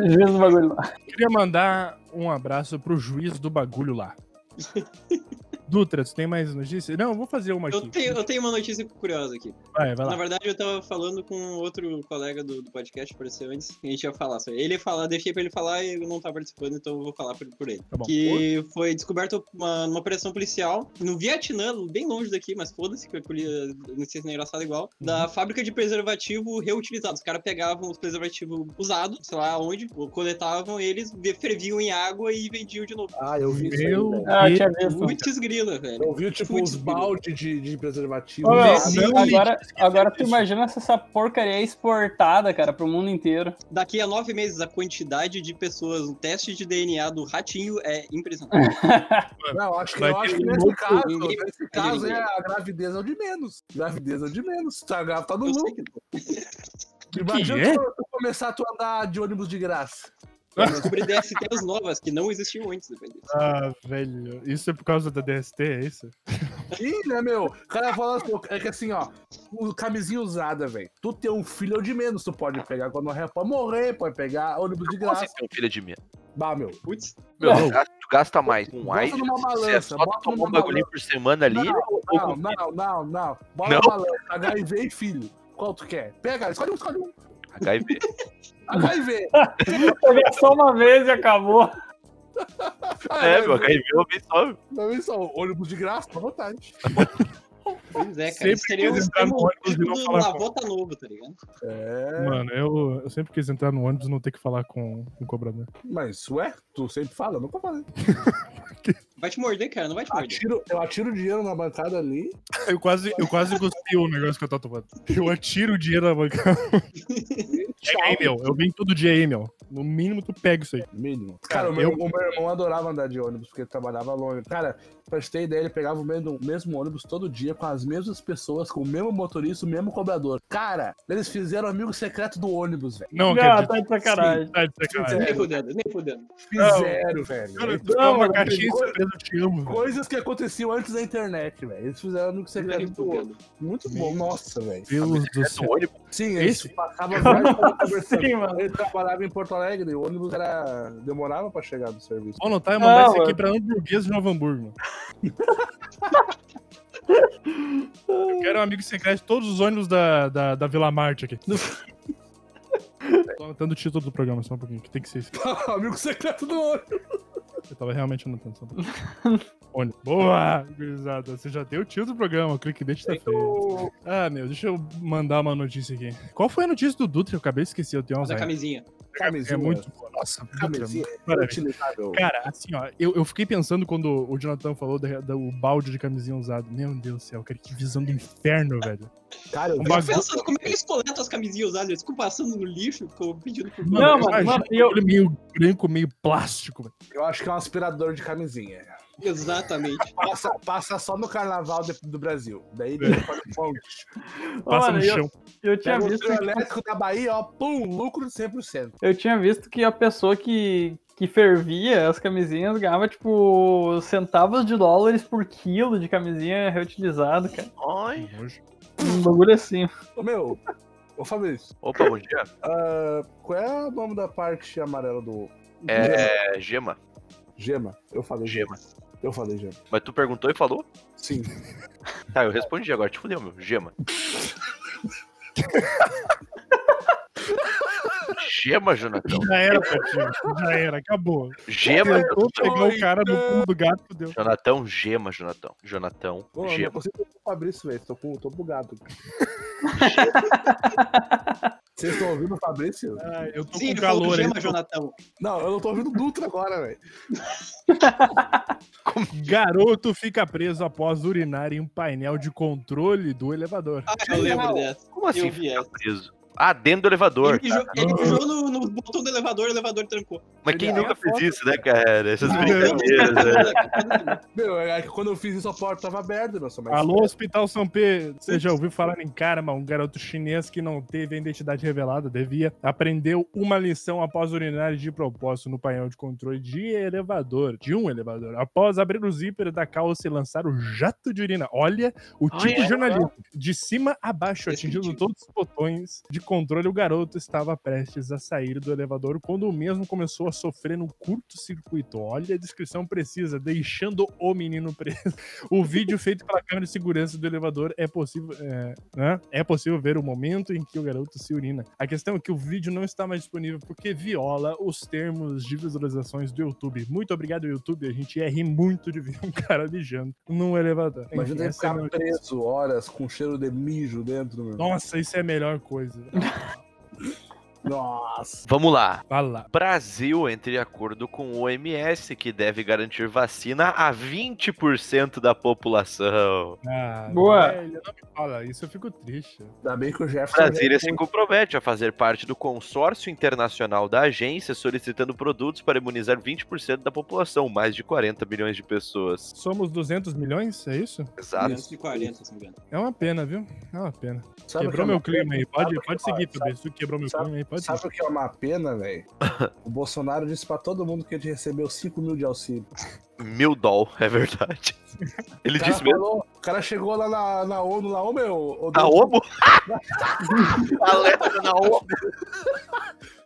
[SPEAKER 5] juiz do bagulho lá.
[SPEAKER 3] Queria mandar um abraço pro juiz do bagulho lá. Dutra, tu tem mais notícias? Não, eu vou fazer uma aqui.
[SPEAKER 4] Eu tenho, eu tenho uma notícia curiosa aqui.
[SPEAKER 3] Vai, vai
[SPEAKER 4] Na
[SPEAKER 3] lá.
[SPEAKER 4] verdade, eu tava falando com outro colega do, do podcast, apareceu antes, e a gente ia falar. sobre- Ele ia falar, deixei pra ele falar e eu não tava participando, então eu vou falar por, por ele.
[SPEAKER 3] Tá bom.
[SPEAKER 4] Que foi descoberto uma, uma operação policial no Vietnã, bem longe daqui, mas foda-se, que eu colhi- não sei se não é engraçado igual,
[SPEAKER 3] Uhum.
[SPEAKER 4] da fábrica de preservativo reutilizado. Os caras pegavam os preservativos usados, sei lá onde, coletavam eles, ferviam em água e vendiam de novo.
[SPEAKER 1] Ah, eu vi isso aí,
[SPEAKER 3] Meu
[SPEAKER 1] velho.
[SPEAKER 5] Ah, tinha visto.
[SPEAKER 4] Putz grila, velho.
[SPEAKER 1] Eu vi, tipo,
[SPEAKER 4] Putz,
[SPEAKER 1] os
[SPEAKER 4] grila.
[SPEAKER 1] baldes de, de preservativo.
[SPEAKER 5] Ô, meu,
[SPEAKER 3] Não,
[SPEAKER 5] agora,
[SPEAKER 3] gente,
[SPEAKER 5] agora tu
[SPEAKER 3] isso.
[SPEAKER 5] imagina se essa porcaria é exportada, cara, pro mundo inteiro.
[SPEAKER 4] Daqui a nove meses, a quantidade de pessoas, o teste de DNA do ratinho é impressionante.
[SPEAKER 1] Não, acho que,
[SPEAKER 3] Vai
[SPEAKER 1] eu acho
[SPEAKER 3] ter
[SPEAKER 1] que
[SPEAKER 3] um
[SPEAKER 1] nesse
[SPEAKER 3] monte
[SPEAKER 1] caso,
[SPEAKER 4] de-
[SPEAKER 1] nesse caso é a gravidez é o de menos. Gravidez é o de menos. Tá, tá no
[SPEAKER 4] Eu
[SPEAKER 1] lucro.
[SPEAKER 4] sei que
[SPEAKER 1] Imagina
[SPEAKER 3] é?
[SPEAKER 1] tu, tu começar a tu andar de ônibus de graça.
[SPEAKER 4] eu descobri DSTs novas que não existiam antes, depois disso.
[SPEAKER 3] Ah, velho. Isso é por causa da DST, é isso?
[SPEAKER 1] Ih, né, meu? O cara fala assim, é que assim, ó, o camisinha usada, velho. Tu ter um filho é o de menos, tu pode pegar quando morrer, pode morrer, pode pegar ônibus de
[SPEAKER 2] Como assim
[SPEAKER 1] graça.
[SPEAKER 2] tem um filho de mim?
[SPEAKER 1] Bah, meu.
[SPEAKER 4] Putz,
[SPEAKER 2] Meu, tu gasta- tu gasta mais com
[SPEAKER 1] Bota
[SPEAKER 2] AIDS,
[SPEAKER 1] numa
[SPEAKER 2] você
[SPEAKER 1] balança,
[SPEAKER 2] só
[SPEAKER 1] bota
[SPEAKER 2] tomar
[SPEAKER 1] numa
[SPEAKER 2] um bagulhinho por semana ali,
[SPEAKER 1] Não, não, não, não. Bora
[SPEAKER 2] Não.
[SPEAKER 1] balança. HIV e filho. Qual tu quer? Pega, escolhe um, escolhe um.
[SPEAKER 2] HIV.
[SPEAKER 1] HIV.
[SPEAKER 5] Pegar só uma vez e acabou.
[SPEAKER 1] Ah,
[SPEAKER 2] É, meu, HIV eu vi só.
[SPEAKER 1] Não, isso, ó, ônibus de graça, à vontade.
[SPEAKER 4] pois é, cara.
[SPEAKER 3] Sempre
[SPEAKER 4] Isso seria
[SPEAKER 3] quis
[SPEAKER 4] o
[SPEAKER 3] entrar no
[SPEAKER 4] extremo
[SPEAKER 3] ônibus e
[SPEAKER 4] tipo
[SPEAKER 3] não
[SPEAKER 4] do
[SPEAKER 3] falar
[SPEAKER 4] Lavô tá novo, tá ligado?
[SPEAKER 1] É,
[SPEAKER 3] Mano, eu, eu sempre quis entrar no ônibus e não ter que falar com com o cobrador.
[SPEAKER 1] mas ué, tu sempre fala, não vou fazer.
[SPEAKER 4] Vai te morder, cara, não vai te morder.
[SPEAKER 1] Atiro, eu atiro dinheiro na bancada ali.
[SPEAKER 3] Eu quase, eu quase gostei o negócio que eu tô tomando. Eu atiro o dinheiro na bancada.
[SPEAKER 1] Tchau.
[SPEAKER 3] É, meu. Eu venho todo dia aí, meu. No mínimo, tu pega isso aí.
[SPEAKER 1] Mínimo. Cara, o meu, o meu irmão adorava andar de ônibus, porque ele trabalhava longe. Cara, pra gente ter ideia, ele pegava o mesmo, o mesmo ônibus todo dia, com as mesmas pessoas, com o mesmo motorista, o mesmo cobrador. Cara, eles fizeram amigo secreto do ônibus, velho.
[SPEAKER 3] Não,
[SPEAKER 5] Não,
[SPEAKER 3] cara.
[SPEAKER 5] tá de sacanagem.
[SPEAKER 3] Tá de sacanagem.
[SPEAKER 1] É.
[SPEAKER 4] Nem fudendo, nem fudendo.
[SPEAKER 1] Fizeram, velho.
[SPEAKER 3] Cara, tu
[SPEAKER 1] Eles-
[SPEAKER 3] tá uma
[SPEAKER 1] mano,
[SPEAKER 3] caixinha
[SPEAKER 1] co-
[SPEAKER 3] surpresa, eu te amo, velho.
[SPEAKER 1] Coisas que aconteciam antes da internet, velho. Eles fizeram amigo
[SPEAKER 4] Nem
[SPEAKER 1] secreto do ônibus.
[SPEAKER 4] fudendo.
[SPEAKER 1] Muito bom. Nossa, velho.
[SPEAKER 3] Deus do céu.
[SPEAKER 2] No ônibus,
[SPEAKER 1] Sim, eles
[SPEAKER 3] Esse?
[SPEAKER 1] passavam várias horas conversando.
[SPEAKER 5] Sim, mano.
[SPEAKER 1] Ele trabalhava em Porto Alegre, o ônibus era... demorava pra chegar do serviço.
[SPEAKER 3] Vou anotar e tá, mandar
[SPEAKER 5] Não,
[SPEAKER 3] isso aqui
[SPEAKER 5] mano.
[SPEAKER 3] pra hamburguês de Novo Hamburgo, mano. Eu quero um amigo secreto de todos os ônibus da, da, da Vila Marte aqui. Tô anotando o título do programa só um pouquinho, que tem que ser isso.
[SPEAKER 1] amigo secreto do ônibus.
[SPEAKER 3] Eu tava realmente anotando só um pouquinho. Ônibus. Boa, gurizada. Você já deu o título do programa, o clickbait tá feio. Ah, meu, deixa eu mandar uma notícia aqui. Qual foi a notícia do Dutra? Eu acabei de esquecer, eu tenho
[SPEAKER 4] Da
[SPEAKER 3] Alzheimer.
[SPEAKER 4] camisinha.
[SPEAKER 3] É muito boa. Nossa, Dutra,
[SPEAKER 1] Camisinha
[SPEAKER 3] maravilha.
[SPEAKER 1] utilizável.
[SPEAKER 3] Cara, assim, ó, eu, eu fiquei pensando quando o Jonathan falou da- da- o balde de camisinha usado. Meu Deus do céu, cara, que visão do inferno, velho.
[SPEAKER 1] Cara, eu
[SPEAKER 3] Um
[SPEAKER 1] vi
[SPEAKER 4] Eu
[SPEAKER 3] bagulho-
[SPEAKER 4] tô pensando como é que eles coletam as camisinhas usadas, eles ficam passando no lixo, ficam pedindo por
[SPEAKER 5] Não, mano,
[SPEAKER 3] imagina
[SPEAKER 5] mano, eu-
[SPEAKER 3] aquele meio branco, meio plástico, velho.
[SPEAKER 1] Eu acho que é um aspirador de camisinha.
[SPEAKER 4] Exatamente.
[SPEAKER 1] Passa, passa só no carnaval de- do Brasil.
[SPEAKER 3] É.
[SPEAKER 1] Daí depois fonte.
[SPEAKER 3] Passa
[SPEAKER 5] Mano,
[SPEAKER 3] no
[SPEAKER 5] eu-
[SPEAKER 3] chão.
[SPEAKER 5] Eu tinha
[SPEAKER 1] Pega o
[SPEAKER 5] visto
[SPEAKER 1] trio elétrico da Bahia, ó, pum, lucro de 100%.
[SPEAKER 5] Eu tinha visto que a pessoa que, que fervia as camisinhas ganhava, tipo, centavos de dólares por quilo de camisinha reutilizada, cara.
[SPEAKER 2] Oi.
[SPEAKER 3] Que nojo.
[SPEAKER 5] Um bagulho assim.
[SPEAKER 1] Ô, meu, ô Fabrício,
[SPEAKER 2] Opa, bom dia.
[SPEAKER 1] ah, qual é o nome da parte amarela do ovo?
[SPEAKER 2] É, Gema.
[SPEAKER 1] Gema? Eu falei
[SPEAKER 2] Gema.
[SPEAKER 1] Eu falei, Gema.
[SPEAKER 2] Mas tu perguntou e falou?
[SPEAKER 1] Sim.
[SPEAKER 2] Tá, eu respondi agora. Te fudeu, meu. Gema. Gema, Jonathan.
[SPEAKER 3] Já era, Patinho. Já era, acabou.
[SPEAKER 2] Gema,
[SPEAKER 3] Tentou pegar o cara no pulo do gato, deu.
[SPEAKER 2] Jonatão, Gema, Jonatão. Jonatão,
[SPEAKER 1] Pô, eu não
[SPEAKER 2] Gema.
[SPEAKER 1] consigo abrir isso, velho. Tô, com- tô bugado. Vocês estão ouvindo o Fabrício?
[SPEAKER 3] Ah, eu tô
[SPEAKER 4] Sim,
[SPEAKER 3] com
[SPEAKER 4] ele falou é
[SPEAKER 3] calor
[SPEAKER 4] do
[SPEAKER 3] aí.
[SPEAKER 4] Gema, Jonatão.
[SPEAKER 1] Não, eu não tô ouvindo o Dutra agora, velho.
[SPEAKER 3] Garoto fica preso após urinar em um painel de controle do elevador.
[SPEAKER 4] Ah, eu lembro dessa.
[SPEAKER 2] Como assim
[SPEAKER 4] Eu vi
[SPEAKER 2] fica
[SPEAKER 4] essa.
[SPEAKER 2] preso? Ah, dentro do elevador.
[SPEAKER 4] Ele mijou, ele mijou no, no botão do elevador, o elevador trancou.
[SPEAKER 2] Mas quem
[SPEAKER 3] Ele
[SPEAKER 2] nunca
[SPEAKER 3] tem a
[SPEAKER 2] fez isso, né, cara? Essas
[SPEAKER 3] Não.
[SPEAKER 2] brincadeiras, né?
[SPEAKER 1] Meu, é que quando eu fiz isso, a porta tava aberta, meu. só mais-
[SPEAKER 3] Alô, Hospital São Pedro. Você já ouviu falar em Karma, um garoto chinês que não teve a identidade revelada, devia, aprendeu uma lição após urinar de propósito no painel de controle de elevador, de um elevador. Após abrir o zíper da calça e lançar o jato de urina. Olha o tipo de jornalismo. De cima a baixo, atingindo
[SPEAKER 4] Definitivo.
[SPEAKER 3] todos os botões de controle, o garoto estava prestes a sair do elevador quando o mesmo começou a sofrer um curto-circuito. Olha a descrição precisa, deixando o menino preso. O vídeo feito pela câmera de segurança do elevador é possível, é, né? é possível ver o momento em que o garoto se urina. A questão é que o vídeo não está mais disponível porque viola os termos de visualizações do YouTube. Muito obrigado, YouTube. A gente ia rir muito de ver um cara mijando num elevador.
[SPEAKER 1] Imagina
[SPEAKER 3] Enfim,
[SPEAKER 1] ele
[SPEAKER 3] essa é a
[SPEAKER 1] ficar
[SPEAKER 3] minha-
[SPEAKER 1] preso horas com cheiro de mijo dentro, meu.
[SPEAKER 3] Nossa, isso é a melhor coisa.
[SPEAKER 1] Nossa.
[SPEAKER 2] Vamos lá.
[SPEAKER 3] Vai lá.
[SPEAKER 2] Brasil entre acordo com o OMS, que deve garantir vacina a 20% da população.
[SPEAKER 3] Ah,
[SPEAKER 5] Boa.
[SPEAKER 3] velho, não me fala isso, eu fico triste.
[SPEAKER 1] Ainda bem que o Jefferson.
[SPEAKER 2] Brasília se compromete a fazer parte do consórcio internacional da agência, solicitando produtos para imunizar 20% da população, mais de 40 milhões de pessoas.
[SPEAKER 3] Somos 200 milhões, é isso?
[SPEAKER 2] Exato.
[SPEAKER 4] 240, se não me engano.
[SPEAKER 3] É uma pena, viu? É uma pena.
[SPEAKER 1] Sabe o que é
[SPEAKER 3] quebrou meu
[SPEAKER 1] uma pena?
[SPEAKER 3] clima aí. Pode,
[SPEAKER 1] Sabe o que
[SPEAKER 3] pode
[SPEAKER 1] é
[SPEAKER 3] seguir,
[SPEAKER 1] uma-
[SPEAKER 3] Fabrício. Tu quebrou meu
[SPEAKER 1] sabe-
[SPEAKER 3] clima aí, pode seguir.
[SPEAKER 1] Sabe o que é uma pena, velho? o Bolsonaro disse pra todo mundo que ele recebeu 5 mil de auxílio.
[SPEAKER 2] Mil doll, é verdade. Ele
[SPEAKER 1] O
[SPEAKER 3] Tá
[SPEAKER 1] cara,
[SPEAKER 2] disse mesmo. tá
[SPEAKER 1] falou- o cara chegou lá na, na ONU, lá, ô meu. ô,
[SPEAKER 2] Na
[SPEAKER 1] Deus,
[SPEAKER 2] OBO? Alerta na OBO.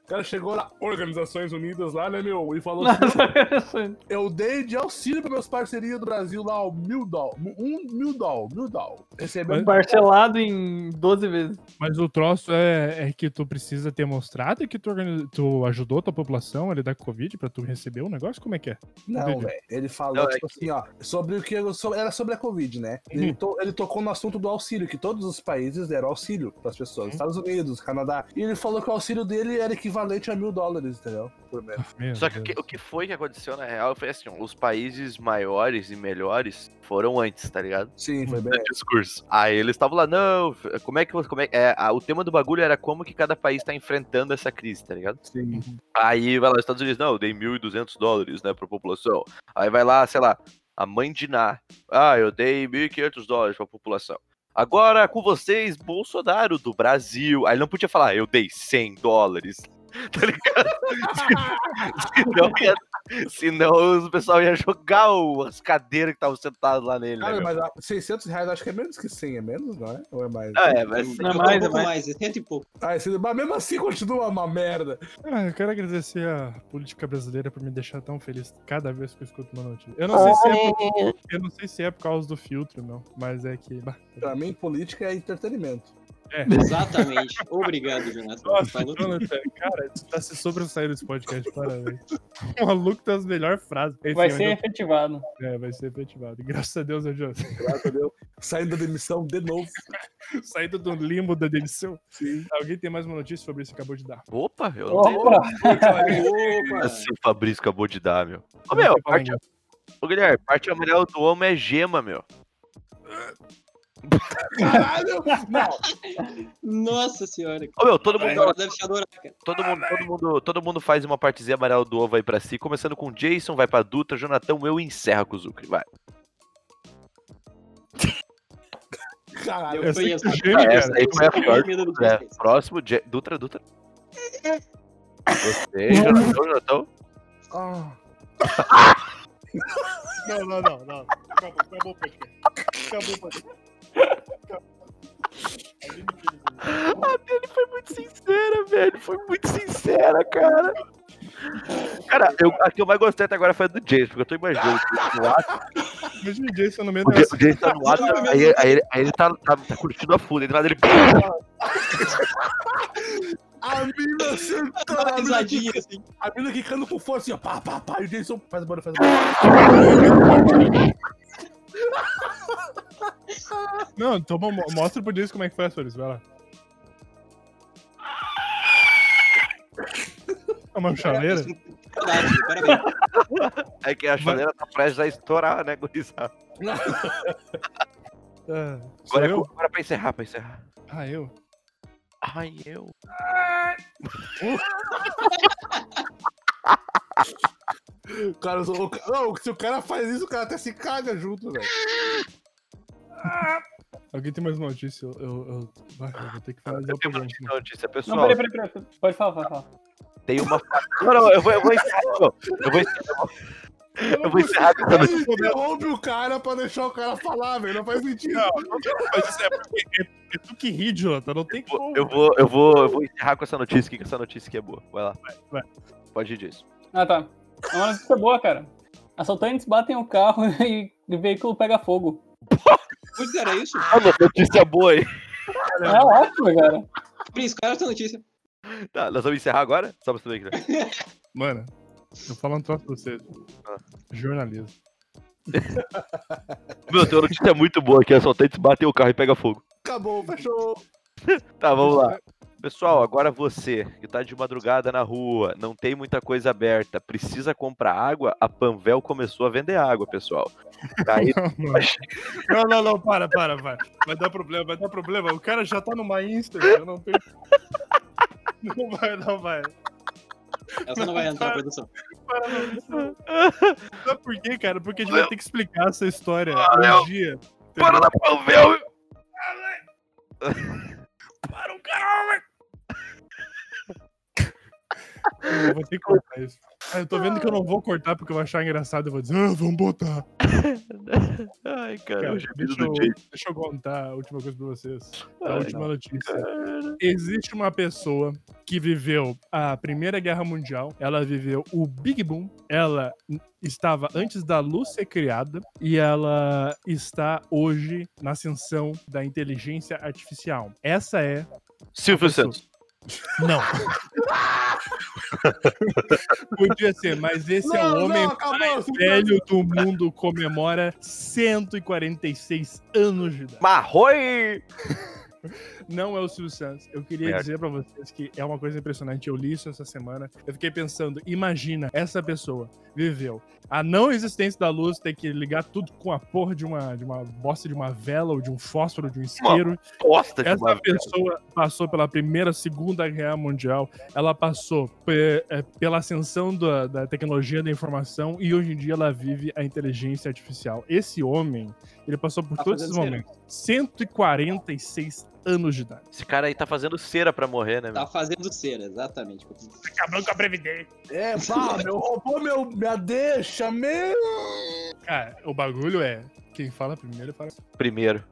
[SPEAKER 1] O cara chegou na Organizações Unidas lá, né, meu? E falou assim:
[SPEAKER 5] Nossa,
[SPEAKER 1] eu dei de auxílio para meus parceirinhos do Brasil lá, ó, mil dólar. Um mil dólar, mil dólar.
[SPEAKER 3] É?
[SPEAKER 1] Recebeu.
[SPEAKER 5] parcelado em 12 vezes.
[SPEAKER 3] Mas o troço é, é que tu precisa ter mostrado que tu, organiz... tu ajudou tua população a lidar com o Covid pra tu receber o negócio? Como é que é?
[SPEAKER 1] Não,
[SPEAKER 3] Entendi.
[SPEAKER 1] velho. Ele falou,
[SPEAKER 2] Não, é
[SPEAKER 1] tipo assim, ó, sobre o que. eu- so- Era sobre a Covid, né? Ele, to- ele tocou no assunto do auxílio, que todos os países deram auxílio pras pessoas. Estados Unidos, Canadá. E ele falou que o auxílio dele era equivalente a mil dólares, entendeu? Por mês.
[SPEAKER 3] Meu
[SPEAKER 2] Só que o,
[SPEAKER 3] Deus.
[SPEAKER 2] que o que foi que aconteceu na real foi assim: ó, os países maiores e melhores foram antes, tá ligado?
[SPEAKER 1] Sim, foi bem.
[SPEAKER 2] do discurso. Aí eles estavam lá, não, como é que você- como é, é, a- o tema do bagulho era como que cada país tá enfrentando essa crise, tá ligado?
[SPEAKER 1] Sim.
[SPEAKER 2] Aí vai lá, os Estados Unidos, não, eu dei 1.200 dólares, né, pra população. Aí vai lá, sei lá, a mãe de Ná, ah, eu dei 1.500 dólares pra população. Agora com vocês, Bolsonaro do Brasil. Aí ele não podia falar, "Ah, eu dei 100 dólares. Tá ligado? senão, ia, senão o pessoal ia jogar o- as cadeiras que estavam sentadas lá nele. né,
[SPEAKER 1] Cara,
[SPEAKER 2] meu?
[SPEAKER 1] mas ah, 600 reais acho que é menos que 100, é menos, não é? Ou é mais?
[SPEAKER 2] Ah, é, mas
[SPEAKER 4] Eu tô
[SPEAKER 5] mais,
[SPEAKER 4] um
[SPEAKER 5] é
[SPEAKER 4] pouco
[SPEAKER 5] mais.
[SPEAKER 4] mais, é cento e pouco.
[SPEAKER 1] Ah, esse- mas mesmo assim continua uma merda.
[SPEAKER 3] Ah, eu quero agradecer a política brasileira por me deixar tão feliz cada vez que eu escuto uma notícia. Eu não sei se é por, eu não sei se é por causa do filtro, não. Mas é que. bah,
[SPEAKER 1] Pra mim, política é entretenimento.
[SPEAKER 4] Exatamente. Obrigado, Jonathan.
[SPEAKER 2] Tá
[SPEAKER 3] Nossa,
[SPEAKER 4] Falou tudo.
[SPEAKER 3] Jonathan, cara, tu tá se sobressaindo esse podcast, parabéns. O maluco das melhores frases. Enfim,
[SPEAKER 5] Vai
[SPEAKER 3] mas
[SPEAKER 5] ser efetivado.
[SPEAKER 3] eu- é, vai ser efetivado. Graças a Deus, né, adianta.
[SPEAKER 1] Graças a Deus. Saindo da demissão de novo.
[SPEAKER 3] Saindo do limbo da demissão.
[SPEAKER 1] Sim.
[SPEAKER 3] Alguém tem mais uma notícia sobre isso que acabou de dar?
[SPEAKER 2] Opa, eu não tenho
[SPEAKER 5] Opa!
[SPEAKER 2] nada
[SPEAKER 4] Opa!
[SPEAKER 2] assim, o Fabrício acabou de dar, meu. Ô, meu, parte, ô, Guilherme, parte amarela do homem é gema, meu.
[SPEAKER 1] Caralho! Não,
[SPEAKER 4] Nossa senhora.
[SPEAKER 2] Ô, meu, todo mundo,
[SPEAKER 4] Agora deve te adorar, cara.
[SPEAKER 2] todo mundo, todo mundo, todo mundo faz uma partezinha amarela do ovo aí pra si, começando com Jason, vai pra Dutra, Jonatão, eu e encerra com o Zucre, vai.
[SPEAKER 1] caralho.
[SPEAKER 3] Eu sei que
[SPEAKER 4] conheço.
[SPEAKER 3] tu geme, cara.
[SPEAKER 2] Essa aí foi a pior.
[SPEAKER 4] Comida do
[SPEAKER 2] É,
[SPEAKER 4] Jason.
[SPEAKER 2] próximo, Ja- Dutra, Dutra. Gostei, Jonatão, Jonatão.
[SPEAKER 1] Ah,
[SPEAKER 3] Não, não, não, não. Acabou, acabou o podcast. Acabou o podcast.
[SPEAKER 2] A dele foi muito sincera, velho. Foi muito sincera, cara. Cara, eu, a que eu mais gostei até agora foi a do Jason, porque eu tô imaginando que ele tá no ato,
[SPEAKER 3] Imagina o Jason é no meio
[SPEAKER 2] o
[SPEAKER 3] da
[SPEAKER 2] Ja- o Jason tá no ato, aí, aí, ele- aí ele tá, tá, tá curtindo a fuga, ele nada ele.
[SPEAKER 1] A mina sentando.
[SPEAKER 4] Dá uma
[SPEAKER 1] A mina,
[SPEAKER 4] risadinha, assim.
[SPEAKER 1] a mina quicando com força assim, ó. Pá, pá, pá. E o Jason faz barulho, faz barulho.
[SPEAKER 3] Não, toma, mo- mostra pro Jason como é que faz, Solis, vai lá. É uma chaleira?
[SPEAKER 4] Parabéns, parabéns.
[SPEAKER 2] É que a chaleira tá prestes a estourar, né, gurizada?
[SPEAKER 3] Ah, sou
[SPEAKER 2] Agora, é
[SPEAKER 3] eu?
[SPEAKER 2] cu- agora pra encerrar, pra encerrar.
[SPEAKER 3] Ah, eu?
[SPEAKER 2] Ai, eu.
[SPEAKER 1] O Cara, o- o- não, se o cara faz isso, o cara até se caga junto, velho.
[SPEAKER 3] Alguém tem mais notícia? Eu, eu, eu- vai, eu vou ter que fazer
[SPEAKER 2] Eu
[SPEAKER 3] o
[SPEAKER 2] tenho uma
[SPEAKER 3] programa.
[SPEAKER 2] notícia, notícia,
[SPEAKER 5] Não,
[SPEAKER 2] pessoal.
[SPEAKER 5] peraí, peraí, peraí. Pode falar, pode falar.
[SPEAKER 2] Tem uma. Não, não, eu vou, eu vou encerrar. não. Eu vou encerrar. Eu vou encerrar essa notícia.
[SPEAKER 1] Ele interrompe o cara pra deixar o cara falar, velho. Não faz sentido.
[SPEAKER 3] Mas isso é porque é, é tu que ri, Jota, não tem como.
[SPEAKER 2] Eu vou, eu vou, eu vou encerrar com essa notícia aqui, que essa notícia aqui é boa. Vai lá.
[SPEAKER 3] vai.
[SPEAKER 2] Pode ir disso.
[SPEAKER 5] Ah, tá. É uma notícia boa, cara. Assaltantes batem o carro e o veículo pega fogo.
[SPEAKER 4] Putz, era é isso?
[SPEAKER 2] Olha, Ah, notícia boa aí.
[SPEAKER 5] É ótimo, cara.
[SPEAKER 4] Prince, qual era essa notícia?
[SPEAKER 2] Tá, nós vamos encerrar agora? Só pra saber que
[SPEAKER 3] Mano, eu falo um troço pra vocês.
[SPEAKER 2] Ah.
[SPEAKER 3] Jornalismo.
[SPEAKER 2] Meu, tem uma notícia muito boa aqui. Assaltantes batem o carro e pega fogo.
[SPEAKER 1] Acabou, fechou.
[SPEAKER 2] Tá, vamos lá.
[SPEAKER 3] é-
[SPEAKER 2] Pessoal, agora você que tá de madrugada na rua, não tem muita coisa aberta, precisa comprar água, a Panvel começou a vender água, pessoal. Tá aí,
[SPEAKER 3] Não, não, não, para, para, vai. Vai dar problema, vai dar problema. O cara já tá numa Insta, eu não tenho. Não vai, não vai.
[SPEAKER 4] Essa não vai entrar, produção.
[SPEAKER 3] Sabe por quê, cara? Porque a gente vai ter que explicar essa história
[SPEAKER 2] Léo.
[SPEAKER 3] um dia.
[SPEAKER 2] Ah, Para da Panvel!
[SPEAKER 3] Eu vou ter que cortar isso. Ah, eu tô vendo que eu não vou cortar porque eu vou achar engraçado. Eu vou dizer, ah, vamos botar.
[SPEAKER 2] Ai, cara,
[SPEAKER 3] Cara,
[SPEAKER 2] o gemido
[SPEAKER 3] deixa,
[SPEAKER 2] do
[SPEAKER 3] eu,
[SPEAKER 2] Jay.
[SPEAKER 3] deixa eu contar a última coisa pra vocês. A
[SPEAKER 2] Ai,
[SPEAKER 3] última notícia. Existe uma pessoa que viveu a Primeira Guerra Mundial, ela viveu o Big Boom, ela estava antes da luz ser criada e ela está hoje na ascensão da inteligência artificial. Essa é.
[SPEAKER 2] Silvio Santos.
[SPEAKER 3] Não. Podia ser, mas esse é o
[SPEAKER 1] Não,
[SPEAKER 3] homem
[SPEAKER 1] não, acabou. se
[SPEAKER 3] velho do mundo comemora 146 anos de idade.
[SPEAKER 2] Marroi!
[SPEAKER 3] Não é o Silvio Santos. Eu queria
[SPEAKER 2] Merda.
[SPEAKER 3] dizer pra vocês que é uma coisa impressionante. Eu li isso essa semana. Eu fiquei pensando, imagina, essa pessoa viveu a não existência da luz, ter que ligar tudo com a porra de uma, de uma bosta de uma vela ou de um fósforo, de um isqueiro.
[SPEAKER 2] Bosta de
[SPEAKER 3] Essa
[SPEAKER 2] Marvel.
[SPEAKER 3] pessoa passou pela Primeira, Segunda Guerra Mundial, ela passou pe- eh, pela ascensão da, da tecnologia da informação e hoje em dia ela vive a inteligência artificial. Esse homem, ele passou por
[SPEAKER 4] Tá
[SPEAKER 3] todos
[SPEAKER 4] fazendo
[SPEAKER 3] esses momentos. 146 anos de idade.
[SPEAKER 2] Esse cara aí tá fazendo cera pra morrer, né, meu?
[SPEAKER 4] Tá fazendo cera, exatamente.
[SPEAKER 3] Acabou com a Previdência.
[SPEAKER 1] É, pá, meu, roubou meu, minha deixa, meu.
[SPEAKER 3] Cara, o bagulho é, quem fala primeiro fala...
[SPEAKER 2] Primeiro.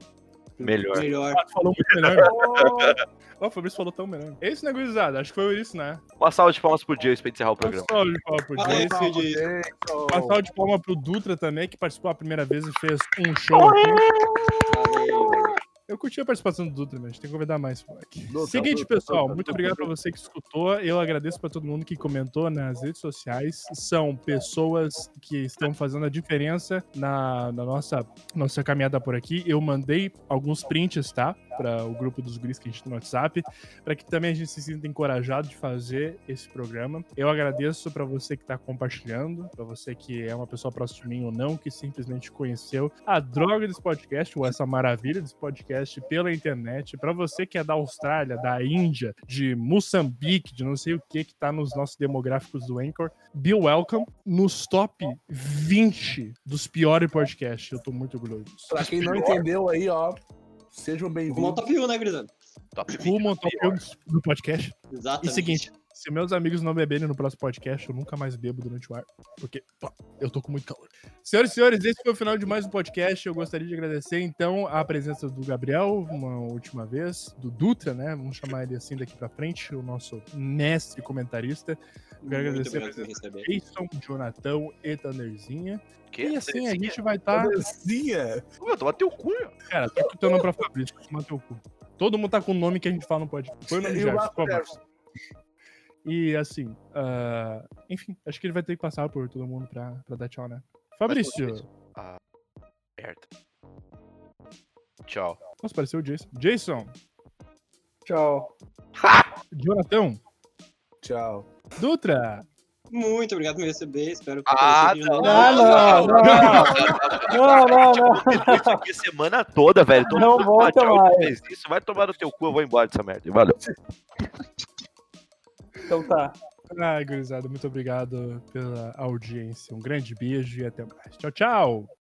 [SPEAKER 2] Melhor.
[SPEAKER 4] Melhor.
[SPEAKER 3] Ah, tu falou muito melhor. Ó, o Fabrício falou tão melhor. É isso, né, gurizada? Acho que foi isso, né?
[SPEAKER 2] Uma salva de palmas pro Jace pra encerrar o
[SPEAKER 3] Um
[SPEAKER 2] programa.
[SPEAKER 3] salve de palmas pro
[SPEAKER 4] Valeu,
[SPEAKER 3] Jason.
[SPEAKER 4] Esse de-
[SPEAKER 3] Uma salva de palmas pro Dutra também, que participou a primeira vez e fez um show aqui. Eu curti a participação do Dutra, mas a gente tem que convidar mais, moleque.
[SPEAKER 1] Dutra,
[SPEAKER 3] Seguinte,
[SPEAKER 1] Dutra,
[SPEAKER 3] pessoal,
[SPEAKER 1] Dutra,
[SPEAKER 3] muito
[SPEAKER 1] Dutra,
[SPEAKER 3] obrigado pra você que escutou. Eu agradeço pra todo mundo que comentou nas redes sociais. São pessoas que estão fazendo a diferença na, na nossa, nossa caminhada por aqui. Eu mandei alguns prints, tá? Para o grupo dos guris que a gente tem no WhatsApp, para que também a gente se sinta encorajado de fazer esse programa. Eu agradeço pra você que tá compartilhando, pra você que é uma pessoa próxima de mim ou não, que simplesmente conheceu a droga desse podcast, ou essa maravilha desse podcast pela internet, pra você que é da Austrália, da Índia, de Moçambique, de não sei o que que tá nos nossos demográficos do Anchor, be welcome nos top 20 dos piores podcasts. Eu tô muito orgulhoso disso.
[SPEAKER 1] Pra quem não entendeu aí, ó, sejam
[SPEAKER 4] Vamos ao
[SPEAKER 1] bem-vindos.
[SPEAKER 4] top 1, né, Grisano?
[SPEAKER 2] Top 20.
[SPEAKER 3] Rumo ao top 1 do podcast. E
[SPEAKER 4] Exatamente.
[SPEAKER 3] seguinte, Se meus amigos não beberem no próximo podcast, eu nunca mais bebo durante o ar, porque pá, eu tô com muito calor. Senhoras e senhores, esse foi o final de mais um podcast. Eu gostaria de agradecer, então, a presença do Gabriel, uma última vez, do Dutra, né? Vamos chamar ele assim daqui pra frente, o nosso mestre comentarista. Eu quero
[SPEAKER 4] Muito
[SPEAKER 3] agradecer a
[SPEAKER 4] obrigado por me
[SPEAKER 3] presença
[SPEAKER 4] receber.
[SPEAKER 3] do Jason, Jonatão e Tanderzinha.
[SPEAKER 2] É Que?
[SPEAKER 3] E assim, a gente vai estar...
[SPEAKER 1] Belezinha.
[SPEAKER 2] Mano, toma é teu cu, meu.
[SPEAKER 3] Cara, tô com o teu nome pra Fabrício, toma teu cu. Todo mundo tá com o nome que a gente fala no podcast. Põe o nome
[SPEAKER 1] E
[SPEAKER 3] de
[SPEAKER 1] o
[SPEAKER 3] Jarvis, por favor.
[SPEAKER 1] Afterson.
[SPEAKER 3] E assim, ah, enfim, acho que ele vai ter que passar por todo mundo pra, pra dar tchau, né? Fabrício,
[SPEAKER 2] Merda. Tchau.
[SPEAKER 3] nossa, pareceu o Jason. Jason,
[SPEAKER 5] Tchau.
[SPEAKER 3] Jonathan,
[SPEAKER 1] Tchau.
[SPEAKER 3] Dutra.
[SPEAKER 4] Muito obrigado por me receber. Espero que um
[SPEAKER 2] Ah,
[SPEAKER 4] apareça aqui de
[SPEAKER 2] não,
[SPEAKER 4] novo.
[SPEAKER 5] Ah, não, não, não, não, não.
[SPEAKER 2] Isso aqui semana toda, velho. Todo
[SPEAKER 5] Não
[SPEAKER 2] mundo fala,
[SPEAKER 5] volta
[SPEAKER 2] tchau,
[SPEAKER 5] mais.
[SPEAKER 2] fez Isso. Vai tomar no teu cu, eu vou embora dessa merda. Valeu.
[SPEAKER 5] Então tá.
[SPEAKER 3] Ai, gurizada, muito obrigado pela audiência. Um grande beijo e até mais. Tchau, tchau.